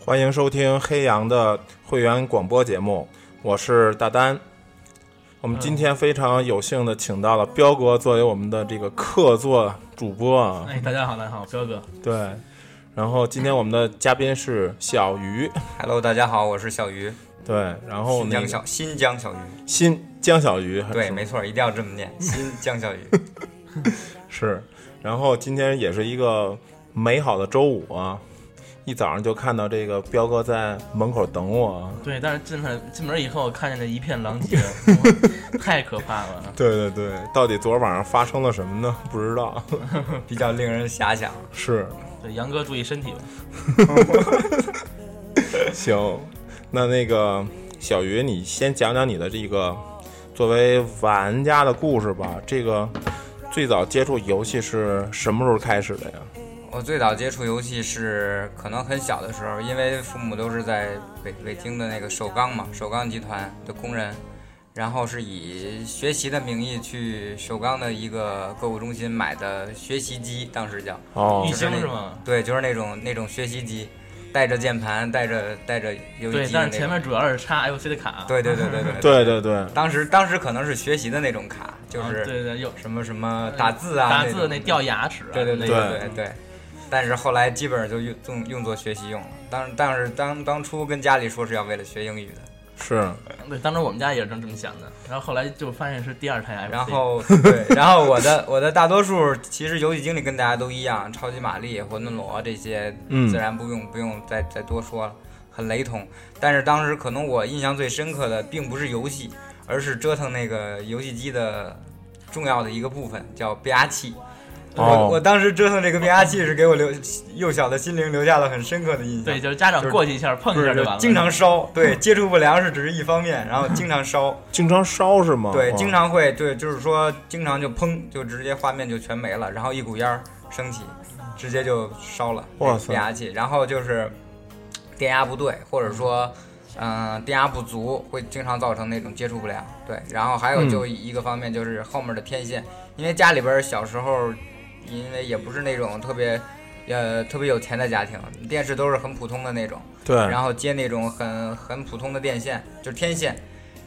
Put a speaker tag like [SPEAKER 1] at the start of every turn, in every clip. [SPEAKER 1] 欢迎收听黑羊的会员广播节目，我是大丹。我们今天非常有幸的请到了彪哥作为我们的这个客座主播啊，
[SPEAKER 2] 哎，大家好，大家好，彪哥，
[SPEAKER 1] 对。然后今天我们的嘉宾是小鱼，
[SPEAKER 3] Hello，大家好，我是小鱼，
[SPEAKER 1] 对。然后
[SPEAKER 3] 新
[SPEAKER 1] 那
[SPEAKER 3] 疆
[SPEAKER 1] 个
[SPEAKER 3] 小新疆小鱼，
[SPEAKER 1] 新江小鱼，还是
[SPEAKER 3] 对，
[SPEAKER 1] 什么
[SPEAKER 3] 没错，一定要这么念，新疆小鱼。
[SPEAKER 1] 是。然后今天也是一个美好的周五啊，一早上就看到这个彪哥在门口等我啊，
[SPEAKER 2] 对，但是进来进门以后，看见了一片狼 藉，哇太可怕了。
[SPEAKER 1] 对对对，到底昨儿晚上发生了什么呢？不知道，
[SPEAKER 3] 比较令人遐想。
[SPEAKER 1] 是。
[SPEAKER 2] 对，杨哥注意身体吧。
[SPEAKER 1] 行，那那个小鱼，你先讲讲你的这个作为玩家的故事吧。这个最早接触游戏是什么时候开始的呀？
[SPEAKER 3] 我最早接触游戏是可能很小的时候，因为父母都是在北北京的那个首钢嘛，首钢集团的工人，然后是以学习的名义去首钢的一个购物中心买的学习机，当时叫，
[SPEAKER 1] 哦
[SPEAKER 2] 玉
[SPEAKER 3] 就是
[SPEAKER 2] 兴
[SPEAKER 3] 那
[SPEAKER 2] 是吗？
[SPEAKER 3] 对，就是那种那种学习机，带着键盘，带着带着游戏
[SPEAKER 2] 对，
[SPEAKER 3] 机的
[SPEAKER 2] 但是
[SPEAKER 3] 那种。
[SPEAKER 2] 前面主要是插 FC 的卡。
[SPEAKER 3] 对对对对对
[SPEAKER 1] 对对对，
[SPEAKER 3] 当时当时可能是学习的那种卡，就
[SPEAKER 2] 啊
[SPEAKER 3] 是
[SPEAKER 2] 对对有
[SPEAKER 3] 什么什么打字啊，
[SPEAKER 2] 打字
[SPEAKER 3] 种
[SPEAKER 2] 那掉牙齿啊。
[SPEAKER 3] 对对对
[SPEAKER 1] 对
[SPEAKER 3] 对对。但是后来基本上就用用用作学习用了。当但是当当初跟家里说是要为了学英语的，
[SPEAKER 1] 是
[SPEAKER 2] 对，当时我们家也是这么想的，然后后来就发现是第二台 FC。
[SPEAKER 3] 然后对， 然后我的我的大多数其实游戏经历跟大家都一样，超级玛丽、魂斗罗这些
[SPEAKER 1] 嗯，
[SPEAKER 3] 自然不用不用再再多说了，很雷同。但是当时可能我印象最深刻的并不是游戏，而是折腾那个游戏机的重要的一个部分，叫变压器。
[SPEAKER 1] 哦
[SPEAKER 3] 我我当时折腾这个变压器是给我留 幼小的心灵留下了很深刻的印象。
[SPEAKER 2] 对，就是家长过去一下碰
[SPEAKER 3] 不
[SPEAKER 2] 一
[SPEAKER 3] 是
[SPEAKER 2] 下就完了。
[SPEAKER 3] 经常烧，
[SPEAKER 1] 嗯
[SPEAKER 3] 对，接触不良是只是一方面，然后经常烧，
[SPEAKER 1] 经常烧是吗？
[SPEAKER 3] 对，
[SPEAKER 1] 哦
[SPEAKER 3] 经常会，对，就是说经常就砰，就直接画面就全没了，然后一股烟儿升起，直接就烧了，
[SPEAKER 1] 哇塞
[SPEAKER 3] 变压器，然后就是电压不对，或者说。嗯，电压不足会经常造成那种接触不良，对。然后还有
[SPEAKER 1] 嗯
[SPEAKER 3] 就一个方面就是后面的天线，因为家里边儿小时候，因为也不是那种特别，呃，特别有钱的家庭，电视都是很普通的那种，
[SPEAKER 1] 对，
[SPEAKER 3] 然后接那种很很普通的电线，就是天线，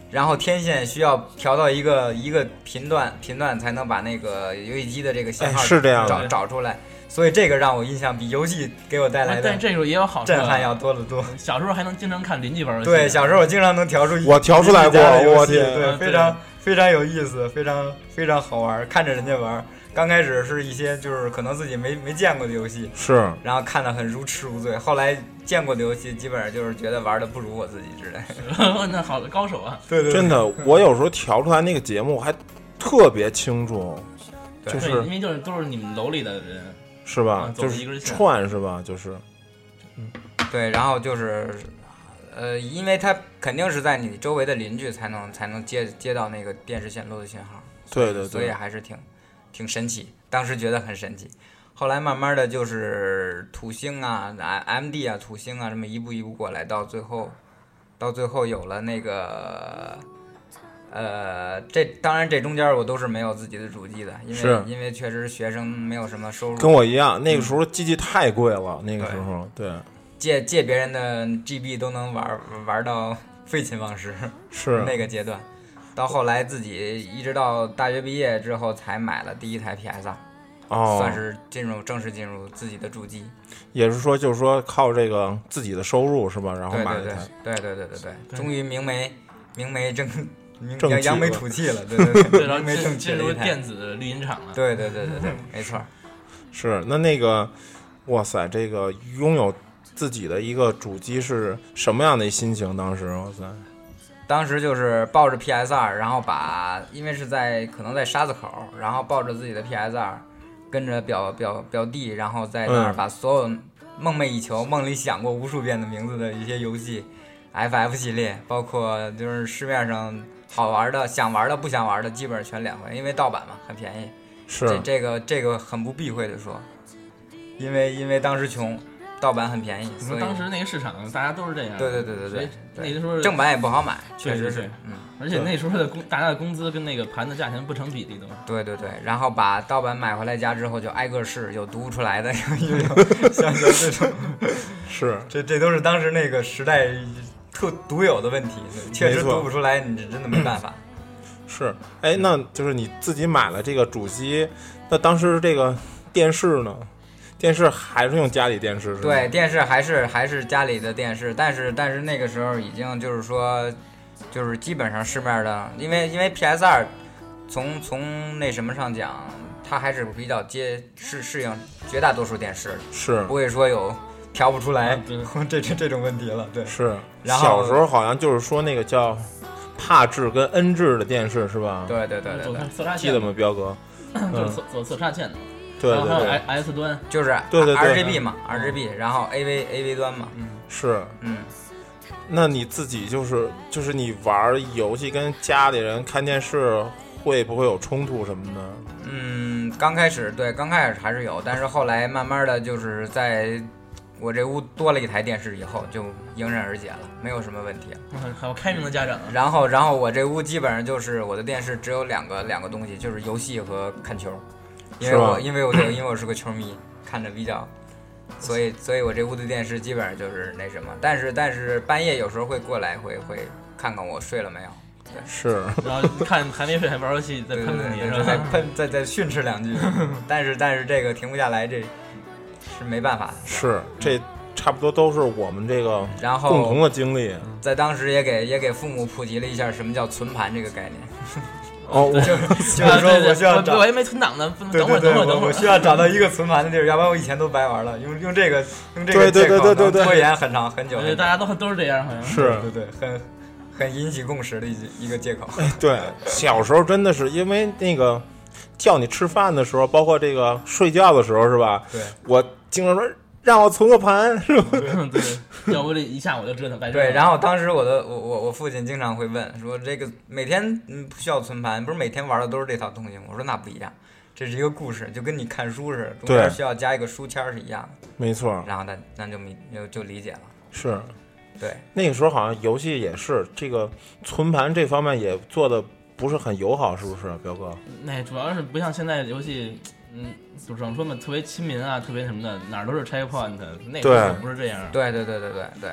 [SPEAKER 3] 然后天线需要调到一个一个频段，频段才能把那个游戏机的这个信
[SPEAKER 1] 哎
[SPEAKER 3] 号
[SPEAKER 1] 是这样
[SPEAKER 3] 找
[SPEAKER 1] 的
[SPEAKER 3] 找出来，所以这个让我印象比游戏给我带来
[SPEAKER 2] 哎但
[SPEAKER 3] 的
[SPEAKER 2] 这时候也有好处啊。
[SPEAKER 3] 震撼要多得多。
[SPEAKER 2] 小时候还能经常看邻居玩游戏。
[SPEAKER 3] 对，小时候我经常能调出一
[SPEAKER 1] 我调出来过
[SPEAKER 3] 一家的游戏
[SPEAKER 1] 我天
[SPEAKER 3] 啊对，
[SPEAKER 2] 嗯
[SPEAKER 3] 非常非常有意思，非常非常好玩，看着人家玩。刚开始是一些就是可能自己没没见过的游戏，
[SPEAKER 1] 是
[SPEAKER 3] 然后看得很如痴如醉。后来见过的游戏，基本上就是觉得玩的不如我自己之类。
[SPEAKER 2] 那好的高手啊。
[SPEAKER 3] 对对对
[SPEAKER 1] 真的。我有时候调出来那个节目还特别清楚，
[SPEAKER 3] 对
[SPEAKER 1] 就
[SPEAKER 2] 对，
[SPEAKER 1] 是
[SPEAKER 2] 因为就是都是你们楼里的人。
[SPEAKER 1] 是吧
[SPEAKER 2] 嗯？走
[SPEAKER 1] 就
[SPEAKER 2] 了一
[SPEAKER 1] 是
[SPEAKER 2] 根线
[SPEAKER 1] 串是吧？就是
[SPEAKER 3] 对，然后就是，呃，因为它肯定是在你周围的邻居才能才能接接到那个电视线路的信号，
[SPEAKER 1] 对对
[SPEAKER 3] 所以
[SPEAKER 1] 对，
[SPEAKER 3] 还是挺挺神奇。当时觉得很神奇，后来慢慢的就是土星啊、M D 啊、土星啊这么一步一步过来，到最后，到最后有了那个。呃，这当然，这中间我都是没有自己的主机的，因
[SPEAKER 1] 是
[SPEAKER 3] 为因为确实学生没有什么收入，
[SPEAKER 1] 跟我一样，
[SPEAKER 3] 嗯
[SPEAKER 1] 那个时候机器太贵了，那个时候对。
[SPEAKER 3] 借借别人的 GB 都能玩儿玩到 废寝忘食
[SPEAKER 1] 是
[SPEAKER 3] 那个阶段，到后来自己一直到大学毕业之后才买了第一台 PS 二、
[SPEAKER 1] 哦，
[SPEAKER 3] 算是进入正式进入自己的主机。
[SPEAKER 1] 也是说，就是说靠这个自己的收入是吧？然后
[SPEAKER 3] 对
[SPEAKER 1] 买
[SPEAKER 3] 对
[SPEAKER 1] 了一
[SPEAKER 3] 对
[SPEAKER 1] 台，
[SPEAKER 3] 对对对对对，
[SPEAKER 2] 对
[SPEAKER 3] 终于明媒明媒正明
[SPEAKER 1] 正
[SPEAKER 3] 扬
[SPEAKER 1] 气
[SPEAKER 3] 扬眉
[SPEAKER 1] 了
[SPEAKER 3] 吐气了，对 对
[SPEAKER 2] 对，
[SPEAKER 3] 对，
[SPEAKER 2] 然后
[SPEAKER 3] 明媒
[SPEAKER 2] 进
[SPEAKER 3] 正娶
[SPEAKER 2] 进
[SPEAKER 3] 了
[SPEAKER 2] 入
[SPEAKER 3] 一台
[SPEAKER 2] 电。子绿茵场了。
[SPEAKER 3] 对对对对对，没错儿。
[SPEAKER 1] 是那那个，哇塞，这个拥有自己的一个主机是什么样的心情？当时，哇塞，
[SPEAKER 3] 当时就是抱着 PS 二，然后把因为是在可能在沙子口，然后抱着自己的 PS 二，跟着表表表弟，然后在那儿
[SPEAKER 1] 嗯
[SPEAKER 3] 把所有梦寐以求、梦里想过无数遍的名字的一些游戏，FF 系列，包括就是市面上好玩的、想玩的、不想玩的，基本上全两回，因为盗版嘛，很便宜。这
[SPEAKER 1] 是
[SPEAKER 3] 这个这个很不避讳的说。因为因为当时穷，盗版很便宜，
[SPEAKER 2] 你
[SPEAKER 3] 所
[SPEAKER 2] 说
[SPEAKER 3] 以
[SPEAKER 2] 当时那个市场，大家都是这样。
[SPEAKER 3] 对对对对对
[SPEAKER 2] 谁，
[SPEAKER 3] 对
[SPEAKER 2] 那时候
[SPEAKER 3] 正版也不好买，
[SPEAKER 2] 确
[SPEAKER 3] 确
[SPEAKER 2] 实
[SPEAKER 3] 实
[SPEAKER 2] 是
[SPEAKER 3] 是，嗯，
[SPEAKER 2] 而且那时候的工，大家的工资跟那个盘的价钱不成比例都是。
[SPEAKER 3] 对对对。然后把盗版买回来家之后，就挨个试，有读不出来的， 有有像有这种，
[SPEAKER 1] 是
[SPEAKER 3] 这这都是当时那个时代特独有的问题，确实
[SPEAKER 1] 没错
[SPEAKER 3] 读不出来，你真的没办法。
[SPEAKER 1] 是，哎，那就是你自己买了这个主机，那当时这个电视呢？电视还是用家里电视是吗？
[SPEAKER 3] 对，，电视还是还是家里的电视，但是但是那个时候已经就是说，就是基本上市面的，因为因为 PS 二从从那什么上讲，它还是比较接适适应绝大多数电视，
[SPEAKER 1] 是
[SPEAKER 3] 不会说有调不出来
[SPEAKER 2] 啊对
[SPEAKER 3] 这这这种问题了。对，
[SPEAKER 1] 是。
[SPEAKER 3] 然后
[SPEAKER 1] 小时候好像就是说那个叫帕制跟 N 制的电视是吧？，
[SPEAKER 3] 对嗯对对对
[SPEAKER 2] 走
[SPEAKER 3] 对，
[SPEAKER 2] 色差
[SPEAKER 1] 记
[SPEAKER 2] 线
[SPEAKER 1] 得
[SPEAKER 2] 的，
[SPEAKER 1] 吗，彪哥？嗯
[SPEAKER 2] 就是走走色差线的，
[SPEAKER 1] 对
[SPEAKER 2] 然后还
[SPEAKER 1] 对
[SPEAKER 2] 有
[SPEAKER 1] 对，
[SPEAKER 2] S S 端，
[SPEAKER 3] 就是 R
[SPEAKER 1] 对对对嗯
[SPEAKER 3] RGB 嘛，RGB，然后 AV AV 端嘛，
[SPEAKER 1] 是。
[SPEAKER 3] 嗯，
[SPEAKER 1] 那你自己就是就是你玩游戏跟家里人看电视会不会有冲突什么的？
[SPEAKER 3] 嗯，刚开始对，刚开始还是有，但是后来慢慢的就是在我这屋多了一台电视以后，就迎刃而解了，没有什么问题。
[SPEAKER 2] 嗯还有开明的家长啊，
[SPEAKER 3] 然后，然后我这屋基本上就是我的电视只有两个两个东西，就是游戏和看球，因为
[SPEAKER 1] 是吧
[SPEAKER 3] 我因为我对因为我是个球迷，看着比较，所以所以我这屋的电视基本上就是那什么，但是但是半夜有时候会过来会会看看我睡了没有，
[SPEAKER 1] 是，
[SPEAKER 2] 然后看还没睡还玩游戏在
[SPEAKER 3] 对
[SPEAKER 2] 喷
[SPEAKER 3] 对
[SPEAKER 2] 喷你
[SPEAKER 3] 对，
[SPEAKER 2] 是
[SPEAKER 3] 对，再
[SPEAKER 2] 吧？
[SPEAKER 3] 喷再再训斥两句， 但是但是这个停不下来，这是没办法的。
[SPEAKER 1] 是，这差不多都是我们这个
[SPEAKER 3] 然
[SPEAKER 1] 共同
[SPEAKER 3] 后
[SPEAKER 1] 的经历。
[SPEAKER 3] 在当时也给也给父母普及了一下什么叫存盘这个概念，
[SPEAKER 1] 哦，我
[SPEAKER 3] 就是说
[SPEAKER 2] 啊对对
[SPEAKER 3] 需要
[SPEAKER 2] 我
[SPEAKER 3] 找
[SPEAKER 2] 我，还没存档呢，不能
[SPEAKER 3] 对
[SPEAKER 2] 等会
[SPEAKER 3] 对
[SPEAKER 2] 儿等
[SPEAKER 3] 对，
[SPEAKER 2] 会儿等
[SPEAKER 3] 我
[SPEAKER 2] 会
[SPEAKER 3] 我
[SPEAKER 2] 儿。
[SPEAKER 3] 需要找到一个存盘的地儿，要不然我以前都白玩了。用用这个用这
[SPEAKER 1] 对
[SPEAKER 3] 个
[SPEAKER 1] 对
[SPEAKER 3] 借口
[SPEAKER 1] 对对对
[SPEAKER 3] 能
[SPEAKER 1] 对
[SPEAKER 3] 拖延很长很久
[SPEAKER 2] 我觉得
[SPEAKER 3] 很久
[SPEAKER 2] 大，家都都是这样，好像
[SPEAKER 1] 是
[SPEAKER 3] 对对，很很引起共识的一一个借 口。
[SPEAKER 1] 对，小时候真的是因为那个叫你吃饭的时候，包括这个睡觉的时候，是吧？
[SPEAKER 3] 对
[SPEAKER 1] 我经常说让我存个盘， 是吧？
[SPEAKER 2] 对对，要不这一下我就折腾白折腾。
[SPEAKER 3] 对，然后当时我的我我我父亲经常会问说这个每天嗯不需要存盘，不是每天玩的都是这套东西吗？我说那不一样，这是一个故事，就跟你看书似的，中
[SPEAKER 1] 对嗯
[SPEAKER 3] 间需要加一个书签儿是一样的。
[SPEAKER 1] 没错，
[SPEAKER 3] 然后那那就明就就理解了，
[SPEAKER 1] 是
[SPEAKER 3] 对
[SPEAKER 1] 那个时候好像游戏也是这个存盘这方面也做的不是很友好，是不是，彪哥？
[SPEAKER 2] 那哎主要是不像现在游戏，嗯，就怎么说呢，特别亲民啊，特别什么的，哪儿都是 checkpoint，那时候
[SPEAKER 1] 对
[SPEAKER 2] 不是这样。
[SPEAKER 3] 对对对对对对，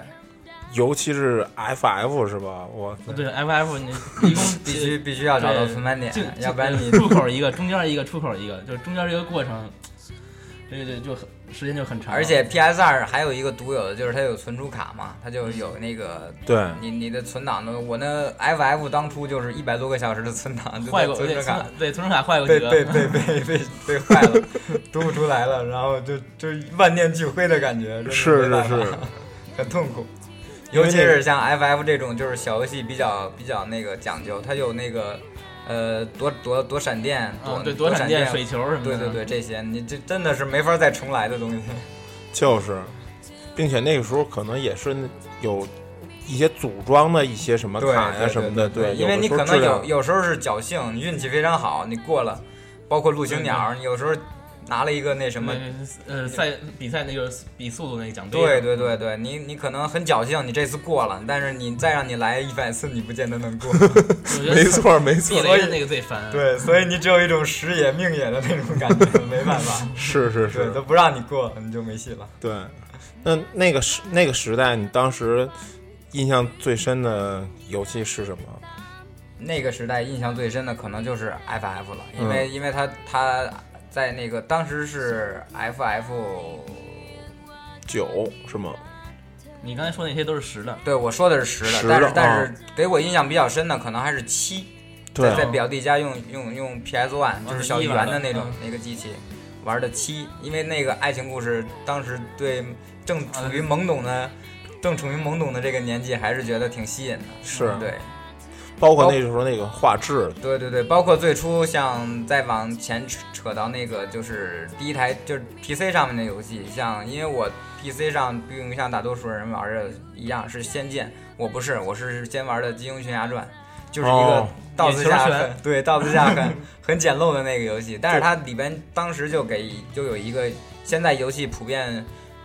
[SPEAKER 1] 尤其是 FF 是吧？
[SPEAKER 3] 啊
[SPEAKER 1] 我
[SPEAKER 2] 对，FF 你一共
[SPEAKER 3] 必须必须要找到存盘点
[SPEAKER 2] 进，，
[SPEAKER 3] 要不然你
[SPEAKER 2] 出口一个，中间一个，出口一个，就是中间这个过程，这个就很时间就很长。
[SPEAKER 3] 而且 PS 二还有一个独有的就是它有存储卡嘛，它就有那个
[SPEAKER 1] 对
[SPEAKER 3] 你你的存档的，我那 FF 当初就是一百多个小时的存档，就
[SPEAKER 2] 坏
[SPEAKER 3] 在
[SPEAKER 2] 过
[SPEAKER 3] 存
[SPEAKER 2] 对
[SPEAKER 3] 储卡
[SPEAKER 2] 存对存储卡坏过几
[SPEAKER 3] 被
[SPEAKER 2] 个，
[SPEAKER 3] 被被被被被坏了，读不出来了，然后就就万念俱灰的感觉，真的
[SPEAKER 1] 是
[SPEAKER 3] 没
[SPEAKER 1] 是
[SPEAKER 3] 办法
[SPEAKER 1] 是，
[SPEAKER 3] 很痛苦。
[SPEAKER 1] 因
[SPEAKER 3] 尤
[SPEAKER 1] 为
[SPEAKER 3] 其
[SPEAKER 1] 那个
[SPEAKER 3] 是像 FF 这种，就是小游戏比较比较那个讲究，它有那个呃躲躲躲闪电，躲、
[SPEAKER 2] 嗯，对，
[SPEAKER 3] 躲
[SPEAKER 2] 躲闪
[SPEAKER 3] 电，
[SPEAKER 2] 水球什么的，
[SPEAKER 3] 对对对，这些你这真的是没法再重来的东西。
[SPEAKER 1] 就是，并且那个时候可能也是有一些组装的一些什么
[SPEAKER 3] 对
[SPEAKER 1] 卡呀
[SPEAKER 3] 对
[SPEAKER 1] 啊什么的，
[SPEAKER 3] 对，
[SPEAKER 1] 对，
[SPEAKER 3] 因为
[SPEAKER 1] 的
[SPEAKER 3] 你
[SPEAKER 1] 时候
[SPEAKER 3] 可能
[SPEAKER 1] 质量
[SPEAKER 3] 有有时候是侥幸，你运气非常好，你过了，包括陆行鸟，你有时候拿了一个那什么。
[SPEAKER 2] 那个呃赛比赛那个比速度那个奖杯，
[SPEAKER 3] 对对对对，你你可能很侥幸，你这次过了，但是你再让你来一百次，你不见得能过。
[SPEAKER 2] 我觉
[SPEAKER 1] 没
[SPEAKER 2] 得
[SPEAKER 1] 错没
[SPEAKER 2] 避
[SPEAKER 1] 错，
[SPEAKER 2] 雷的那个最烦。
[SPEAKER 3] 对，所以你只有一种时也命也的那种感觉，没办法，
[SPEAKER 1] 是是
[SPEAKER 3] 对，
[SPEAKER 1] 是
[SPEAKER 3] 都，不让你过，你就没戏了。
[SPEAKER 1] 对。那那个时那个时代，你当时印象最深的游戏是什么？
[SPEAKER 3] 那个时代印象最深的可能就是 FF 了，因为、因为他他在那个当时是 FF，
[SPEAKER 1] 九是吗？
[SPEAKER 2] 你刚才说那些都是实的，
[SPEAKER 3] 对我说的是十的，嗯
[SPEAKER 1] 十
[SPEAKER 3] 但
[SPEAKER 1] 的
[SPEAKER 3] 是但是给我印象比较深的可能还是七。
[SPEAKER 1] 对啊
[SPEAKER 3] 在在表弟家用用用 PS One，就是小
[SPEAKER 2] 一
[SPEAKER 3] 圆
[SPEAKER 2] 玩
[SPEAKER 3] 的
[SPEAKER 2] 的
[SPEAKER 3] 那种
[SPEAKER 2] 嗯
[SPEAKER 3] 那个机器玩的七，因为那个爱情故事，当时对正处
[SPEAKER 2] 嗯
[SPEAKER 3] 于懵懂的正处于懵懂的这个年纪，还是觉得挺吸引的。
[SPEAKER 2] 嗯
[SPEAKER 1] 是，
[SPEAKER 3] 对
[SPEAKER 1] 包括那时候那个画质，
[SPEAKER 3] 对对对，包括最初像再往前扯扯到那个，就是第一台就是 PC 上面的游戏，像因为我 PC 上并不像大多数人玩的一样是《仙剑》，我不是，我是先玩的《金庸群侠传》。就是一个
[SPEAKER 1] 哦
[SPEAKER 3] 倒
[SPEAKER 2] 野
[SPEAKER 3] 刺
[SPEAKER 2] 球
[SPEAKER 3] 下
[SPEAKER 2] 拳
[SPEAKER 3] 很、对倒刺下很 很简陋的那个游戏，但是它里边当时就给就有一个现在游戏普遍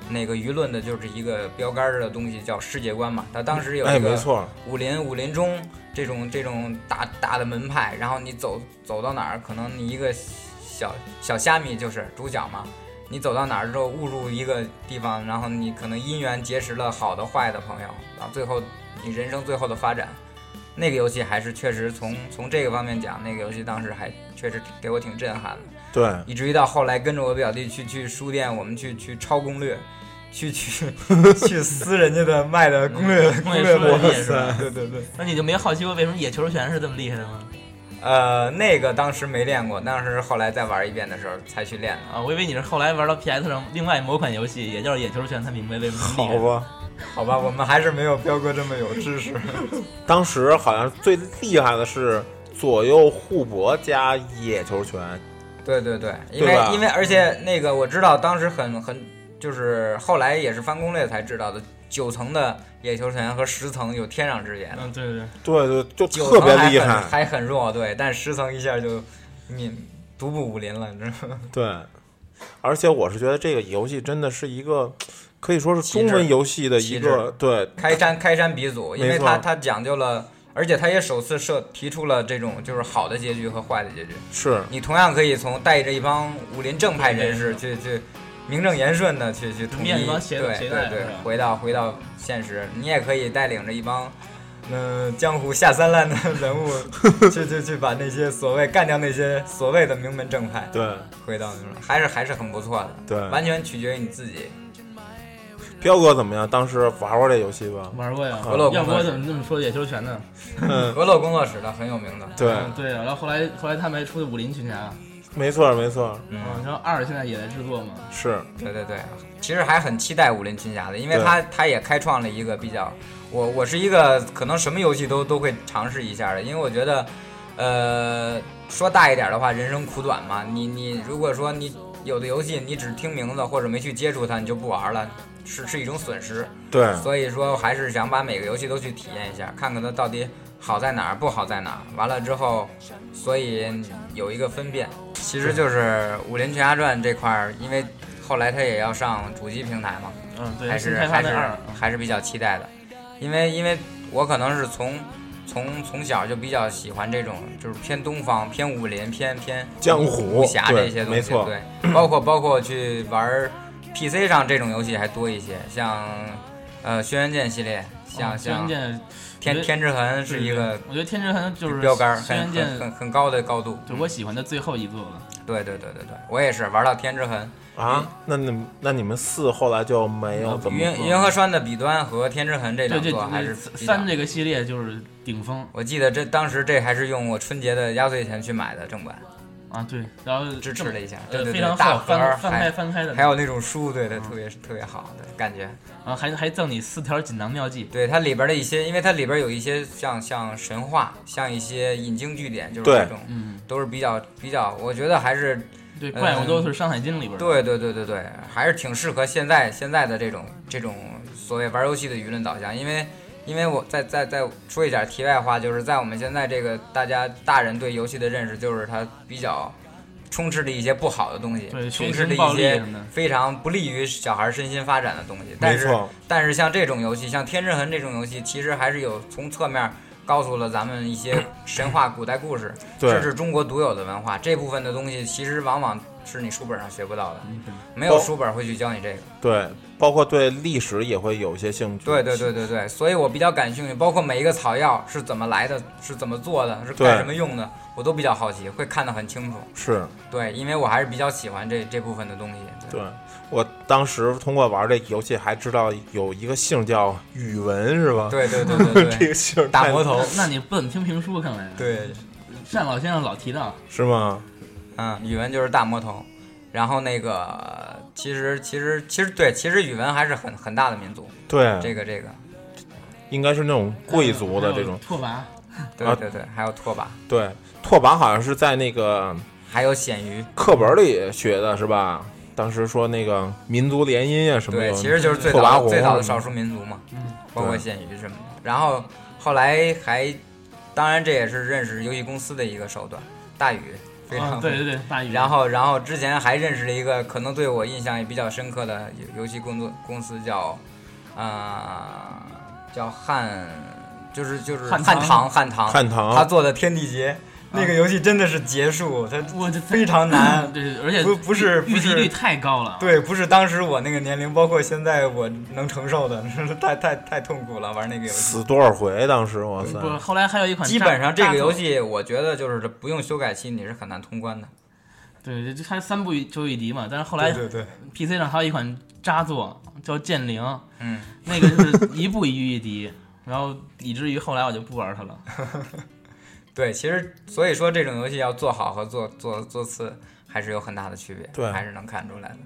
[SPEAKER 3] 那个舆论的就是一个标杆儿的东西叫世界观嘛，它当时有
[SPEAKER 1] 哎，
[SPEAKER 3] 一
[SPEAKER 1] 没
[SPEAKER 3] 个
[SPEAKER 1] 错，
[SPEAKER 3] 武林武林中这种这种大大的门派，然后你走走到哪儿，可能你一个小小虾米就是主角嘛。你走到哪儿之后误入一个地方，然后你可能因缘结识了好的坏的朋友，然后最后你人生最后的发展，那个游戏还是确实从从这个方面讲，那个游戏当时还确实给我挺震撼的。
[SPEAKER 1] 对，
[SPEAKER 3] 以至于到后来跟着我表弟去去书店，我们去去抄攻略，去去去撕人家的卖的攻略
[SPEAKER 2] 嗯
[SPEAKER 3] 攻略
[SPEAKER 2] 攻略
[SPEAKER 3] 博
[SPEAKER 2] 书也是吧
[SPEAKER 3] 塞，对对对。
[SPEAKER 2] 那你就没好奇过为什么野球拳是这么厉害的吗？
[SPEAKER 3] 呃，那个当时没练过，当时后来再玩一遍的时候才去练的。
[SPEAKER 2] 啊，我以为你是后来玩到 PS 上另外某款游戏，也叫野球拳，才明白为什么厉害
[SPEAKER 1] 好。吧。
[SPEAKER 3] 好吧，我们还是没有彪哥这么有知识。
[SPEAKER 1] 当时好像最厉害的是左右互搏加野球拳，
[SPEAKER 3] 对对对，因
[SPEAKER 1] 对
[SPEAKER 3] 为
[SPEAKER 1] 吧
[SPEAKER 3] 因为而且那个我知道，当时很很就是后来也是翻攻略才知道的，九层的野球拳和十层有天壤之别。
[SPEAKER 2] 嗯，对对，
[SPEAKER 1] 对对，就
[SPEAKER 3] 九
[SPEAKER 1] 特别
[SPEAKER 3] 层还
[SPEAKER 1] 厉
[SPEAKER 3] 很
[SPEAKER 1] 害。
[SPEAKER 3] 还很弱，对，但十层一下就你独步武林了，你知道吗？
[SPEAKER 1] 对，而且我是觉得这个游戏真的是一个，可以说是
[SPEAKER 3] 旗帜
[SPEAKER 1] 中文游戏的一
[SPEAKER 3] 旗
[SPEAKER 1] 个
[SPEAKER 3] 帜
[SPEAKER 1] 对
[SPEAKER 3] 开山开山鼻祖，因
[SPEAKER 1] 没
[SPEAKER 3] 为
[SPEAKER 1] 错
[SPEAKER 3] 他他讲究了，而且他也首次设提出了这种就是好的结局和坏的结局，
[SPEAKER 1] 是
[SPEAKER 3] 你同样可以从带着一帮武林正派人士去去。名正言顺的去去统一，
[SPEAKER 2] 面包
[SPEAKER 3] 对
[SPEAKER 2] 鞋
[SPEAKER 3] 对
[SPEAKER 2] 鞋带
[SPEAKER 3] 对
[SPEAKER 2] 是吧，
[SPEAKER 3] 回到回到现实，你也可以带领着一帮，嗯、江湖下三滥的人物，去去去把那些所谓干掉那些所谓的名门正派，
[SPEAKER 1] 对
[SPEAKER 3] 回到那种，还是还是很不错的。
[SPEAKER 1] 对。
[SPEAKER 3] 完全取决于你自己。
[SPEAKER 1] 彪哥怎么样？当时玩过这游戏 吧？
[SPEAKER 2] 玩过呀。
[SPEAKER 1] 好
[SPEAKER 3] 俄勒
[SPEAKER 2] 要
[SPEAKER 3] 工
[SPEAKER 2] 不
[SPEAKER 3] 作
[SPEAKER 2] 我
[SPEAKER 3] 室
[SPEAKER 2] 怎，么这么说野球拳呢？
[SPEAKER 1] 嗯，
[SPEAKER 3] 俄勒工作室的很有名的。
[SPEAKER 1] 对，
[SPEAKER 2] 嗯，对啊。然后后来后来他们还出的武林群侠，
[SPEAKER 1] 没错没错，
[SPEAKER 2] 嗯，
[SPEAKER 3] 嗯，
[SPEAKER 2] 然后二现在也在制作嘛。
[SPEAKER 1] 是
[SPEAKER 3] 对对对，其实还很期待《武林群侠》的，因为
[SPEAKER 1] 对
[SPEAKER 3] 他他也开创了一个比较，我我是一个可能什么游戏都都会尝试一下的，因为我觉得，呃，说大一点的话，人生苦短嘛，你你如果说你有的游戏你只听名字或者没去接触它，你就不玩了，是是一种损失。
[SPEAKER 1] 对
[SPEAKER 3] 所以说还是想把每个游戏都去体验一下，看看它到底好在哪儿，不好在哪儿。完了之后，所以有一个分辨，其实就是《武林群侠传》这块儿，因为后来它也要上主机平台嘛，
[SPEAKER 2] 嗯，对，
[SPEAKER 3] 还
[SPEAKER 2] 新
[SPEAKER 3] 是
[SPEAKER 2] 开发
[SPEAKER 3] 还
[SPEAKER 2] 那
[SPEAKER 3] 是
[SPEAKER 2] 二，
[SPEAKER 3] 还是比较期待的，因为因为我可能是从从从小就比较喜欢这种就是偏东方、偏武林、偏偏
[SPEAKER 1] 江湖
[SPEAKER 3] 武侠
[SPEAKER 1] 对
[SPEAKER 3] 这些东西，
[SPEAKER 1] 没错
[SPEAKER 3] 对，包括包括去玩儿 PC 上这种游戏还多一些，像呃《轩辕剑》系列，像、
[SPEAKER 2] 嗯轩
[SPEAKER 3] 像
[SPEAKER 2] 辕
[SPEAKER 3] 《
[SPEAKER 2] 剑
[SPEAKER 3] 天
[SPEAKER 2] 我觉得
[SPEAKER 3] 天之痕》是一个
[SPEAKER 2] 对我觉得天之痕就是
[SPEAKER 3] 标杆儿，
[SPEAKER 2] 轩辕
[SPEAKER 3] 很很
[SPEAKER 2] 剑
[SPEAKER 3] 很很高的高度。
[SPEAKER 2] 就是我喜欢的最后一座了。
[SPEAKER 3] 对对对对对，我也是玩到《天之痕》，
[SPEAKER 1] 啊。那你那你们四后来就没有怎么
[SPEAKER 3] 云云和川的彼端和《天之痕》这
[SPEAKER 2] 对，
[SPEAKER 3] 两
[SPEAKER 2] 这
[SPEAKER 3] 座还是比较
[SPEAKER 2] 三这个系列就是顶峰
[SPEAKER 3] 我记得这当时这还是用我春节的压岁钱去买的正版，
[SPEAKER 2] 啊，对，然后
[SPEAKER 3] 支持了一下，对
[SPEAKER 2] 呃，
[SPEAKER 3] 对
[SPEAKER 2] 非
[SPEAKER 3] 对，
[SPEAKER 2] 常
[SPEAKER 3] 大
[SPEAKER 2] 好，
[SPEAKER 3] 盒
[SPEAKER 2] 翻
[SPEAKER 3] 儿
[SPEAKER 2] 翻开
[SPEAKER 3] 还
[SPEAKER 2] 翻开的，
[SPEAKER 3] 还有那种书，对对，特别特别好的感觉。
[SPEAKER 2] 然后啊还还赠你四条锦囊妙计，
[SPEAKER 3] 对它里边的一些，因为它里边有一些像像神话，像一些引经据典，就是
[SPEAKER 1] 对
[SPEAKER 3] 这种
[SPEAKER 2] 嗯，
[SPEAKER 3] 都是比较比较，我觉得还是
[SPEAKER 2] 对，
[SPEAKER 3] 呃
[SPEAKER 2] 怪物都是《山海经》里边的，
[SPEAKER 3] 对对对对对，还是挺适合现在现在的这种这种所谓玩游戏的舆论导向，因为因为我再再再说一点题外话，就是在我们现在这个大家大人对游戏的认识，就是它比较充斥着一些不好的东西
[SPEAKER 2] 对，
[SPEAKER 3] 充
[SPEAKER 2] 血
[SPEAKER 3] 斥着
[SPEAKER 2] 腥暴
[SPEAKER 3] 一
[SPEAKER 2] 力啊
[SPEAKER 3] 些
[SPEAKER 2] 什么的
[SPEAKER 3] 非常不利于小孩身心发展的东西。但
[SPEAKER 1] 没
[SPEAKER 3] 是
[SPEAKER 1] 错，
[SPEAKER 3] 但是像这种游戏，像《天之痕》这种游戏，其实还是有从侧面告诉了咱们一些神话、古代故事，这
[SPEAKER 1] 对
[SPEAKER 3] 是中国独有的文化。这部分的东西，其实往往是你书本上学不到的，
[SPEAKER 2] 嗯，对
[SPEAKER 3] 没
[SPEAKER 1] 哦
[SPEAKER 3] 有书本会去教你这个。
[SPEAKER 1] 对，包括对历史也会有一些兴趣。
[SPEAKER 3] 对对对对对，所以我比较感兴趣，包括每一个草药是怎么来的，是怎么做的，是
[SPEAKER 1] 对
[SPEAKER 3] 干什么用的，我都比较好奇，会看得很清楚。
[SPEAKER 1] 是
[SPEAKER 3] 对，因为我还是比较喜欢这这部分的东西。
[SPEAKER 1] 对。我当时通过玩这游戏还知道有一个姓叫宇文是吧？
[SPEAKER 3] 对对对 对对
[SPEAKER 1] 这
[SPEAKER 3] 对，
[SPEAKER 1] 个姓儿
[SPEAKER 3] 大
[SPEAKER 1] 太
[SPEAKER 3] 魔头，
[SPEAKER 2] 那你不怎么听评书，看来
[SPEAKER 3] 哦
[SPEAKER 2] 啊
[SPEAKER 3] 对。
[SPEAKER 2] 单老先生老提到，
[SPEAKER 1] 是吗？
[SPEAKER 3] 嗯，语文就是大魔头。然后那个，其实其实其实对，其实语文还是很很大的民族。
[SPEAKER 1] 对，
[SPEAKER 3] 这个
[SPEAKER 1] 啊
[SPEAKER 3] 这个，
[SPEAKER 1] 应该是那种贵族的这
[SPEAKER 3] 嗯
[SPEAKER 1] 种。
[SPEAKER 2] 拓跋，
[SPEAKER 3] 对
[SPEAKER 1] 啊
[SPEAKER 3] 对对，还有拓跋，
[SPEAKER 1] 对，拓跋好像是在那个
[SPEAKER 3] 还有鲜鱼。
[SPEAKER 1] 课本里学的是吧？当时说那个民族联姻啊什么
[SPEAKER 3] 对，
[SPEAKER 1] 的，
[SPEAKER 3] 其实就是最
[SPEAKER 1] 拓跋
[SPEAKER 3] 早
[SPEAKER 1] 宏
[SPEAKER 3] 最早的
[SPEAKER 1] 什么
[SPEAKER 3] 少数民族嘛，
[SPEAKER 2] 嗯，
[SPEAKER 3] 包括
[SPEAKER 1] 对
[SPEAKER 3] 鲜鱼什么的。然后后来还当然这也是认识游戏公司的一个手段。大宇非常、
[SPEAKER 2] 啊，对对对，大宇，
[SPEAKER 3] 然后，然后之前还认识了一个可能对我印象也比较深刻的游游戏工作公司叫，啊、叫汉，就是就是
[SPEAKER 2] 汉唐
[SPEAKER 3] 唐汉唐，
[SPEAKER 1] 汉唐
[SPEAKER 3] 他做的《天地劫》那个游戏真的是结束，它
[SPEAKER 2] 我这。
[SPEAKER 3] 非常 难
[SPEAKER 2] 对，而且
[SPEAKER 3] 不不是
[SPEAKER 2] 预预
[SPEAKER 3] 不
[SPEAKER 2] 期
[SPEAKER 3] 是
[SPEAKER 2] 率太高了，
[SPEAKER 3] 对，不是当时我那个年龄，包括现在我能承受的， 太太太痛苦了，玩那个游戏。
[SPEAKER 1] 死多少回？当时哇塞
[SPEAKER 2] 不，
[SPEAKER 3] 嗯
[SPEAKER 2] 是后来还有一款
[SPEAKER 3] 基本
[SPEAKER 2] 扎
[SPEAKER 3] 上这
[SPEAKER 2] 扎
[SPEAKER 3] 个游
[SPEAKER 2] 索
[SPEAKER 3] 戏，我觉得就是不用修改器，你是很难通关的。
[SPEAKER 2] 对，就就它三部就一敌嘛，但是后来
[SPEAKER 3] 对对对，
[SPEAKER 2] PC 上还有一款渣作叫剑灵，
[SPEAKER 3] 嗯，
[SPEAKER 2] 那个就是一步一遇一敌，然后以至于后来我就不玩它了。
[SPEAKER 3] 对，其实所以说这种游戏要做好和做做做次还是有很大的区别，
[SPEAKER 1] 对
[SPEAKER 3] 还是能看出来的。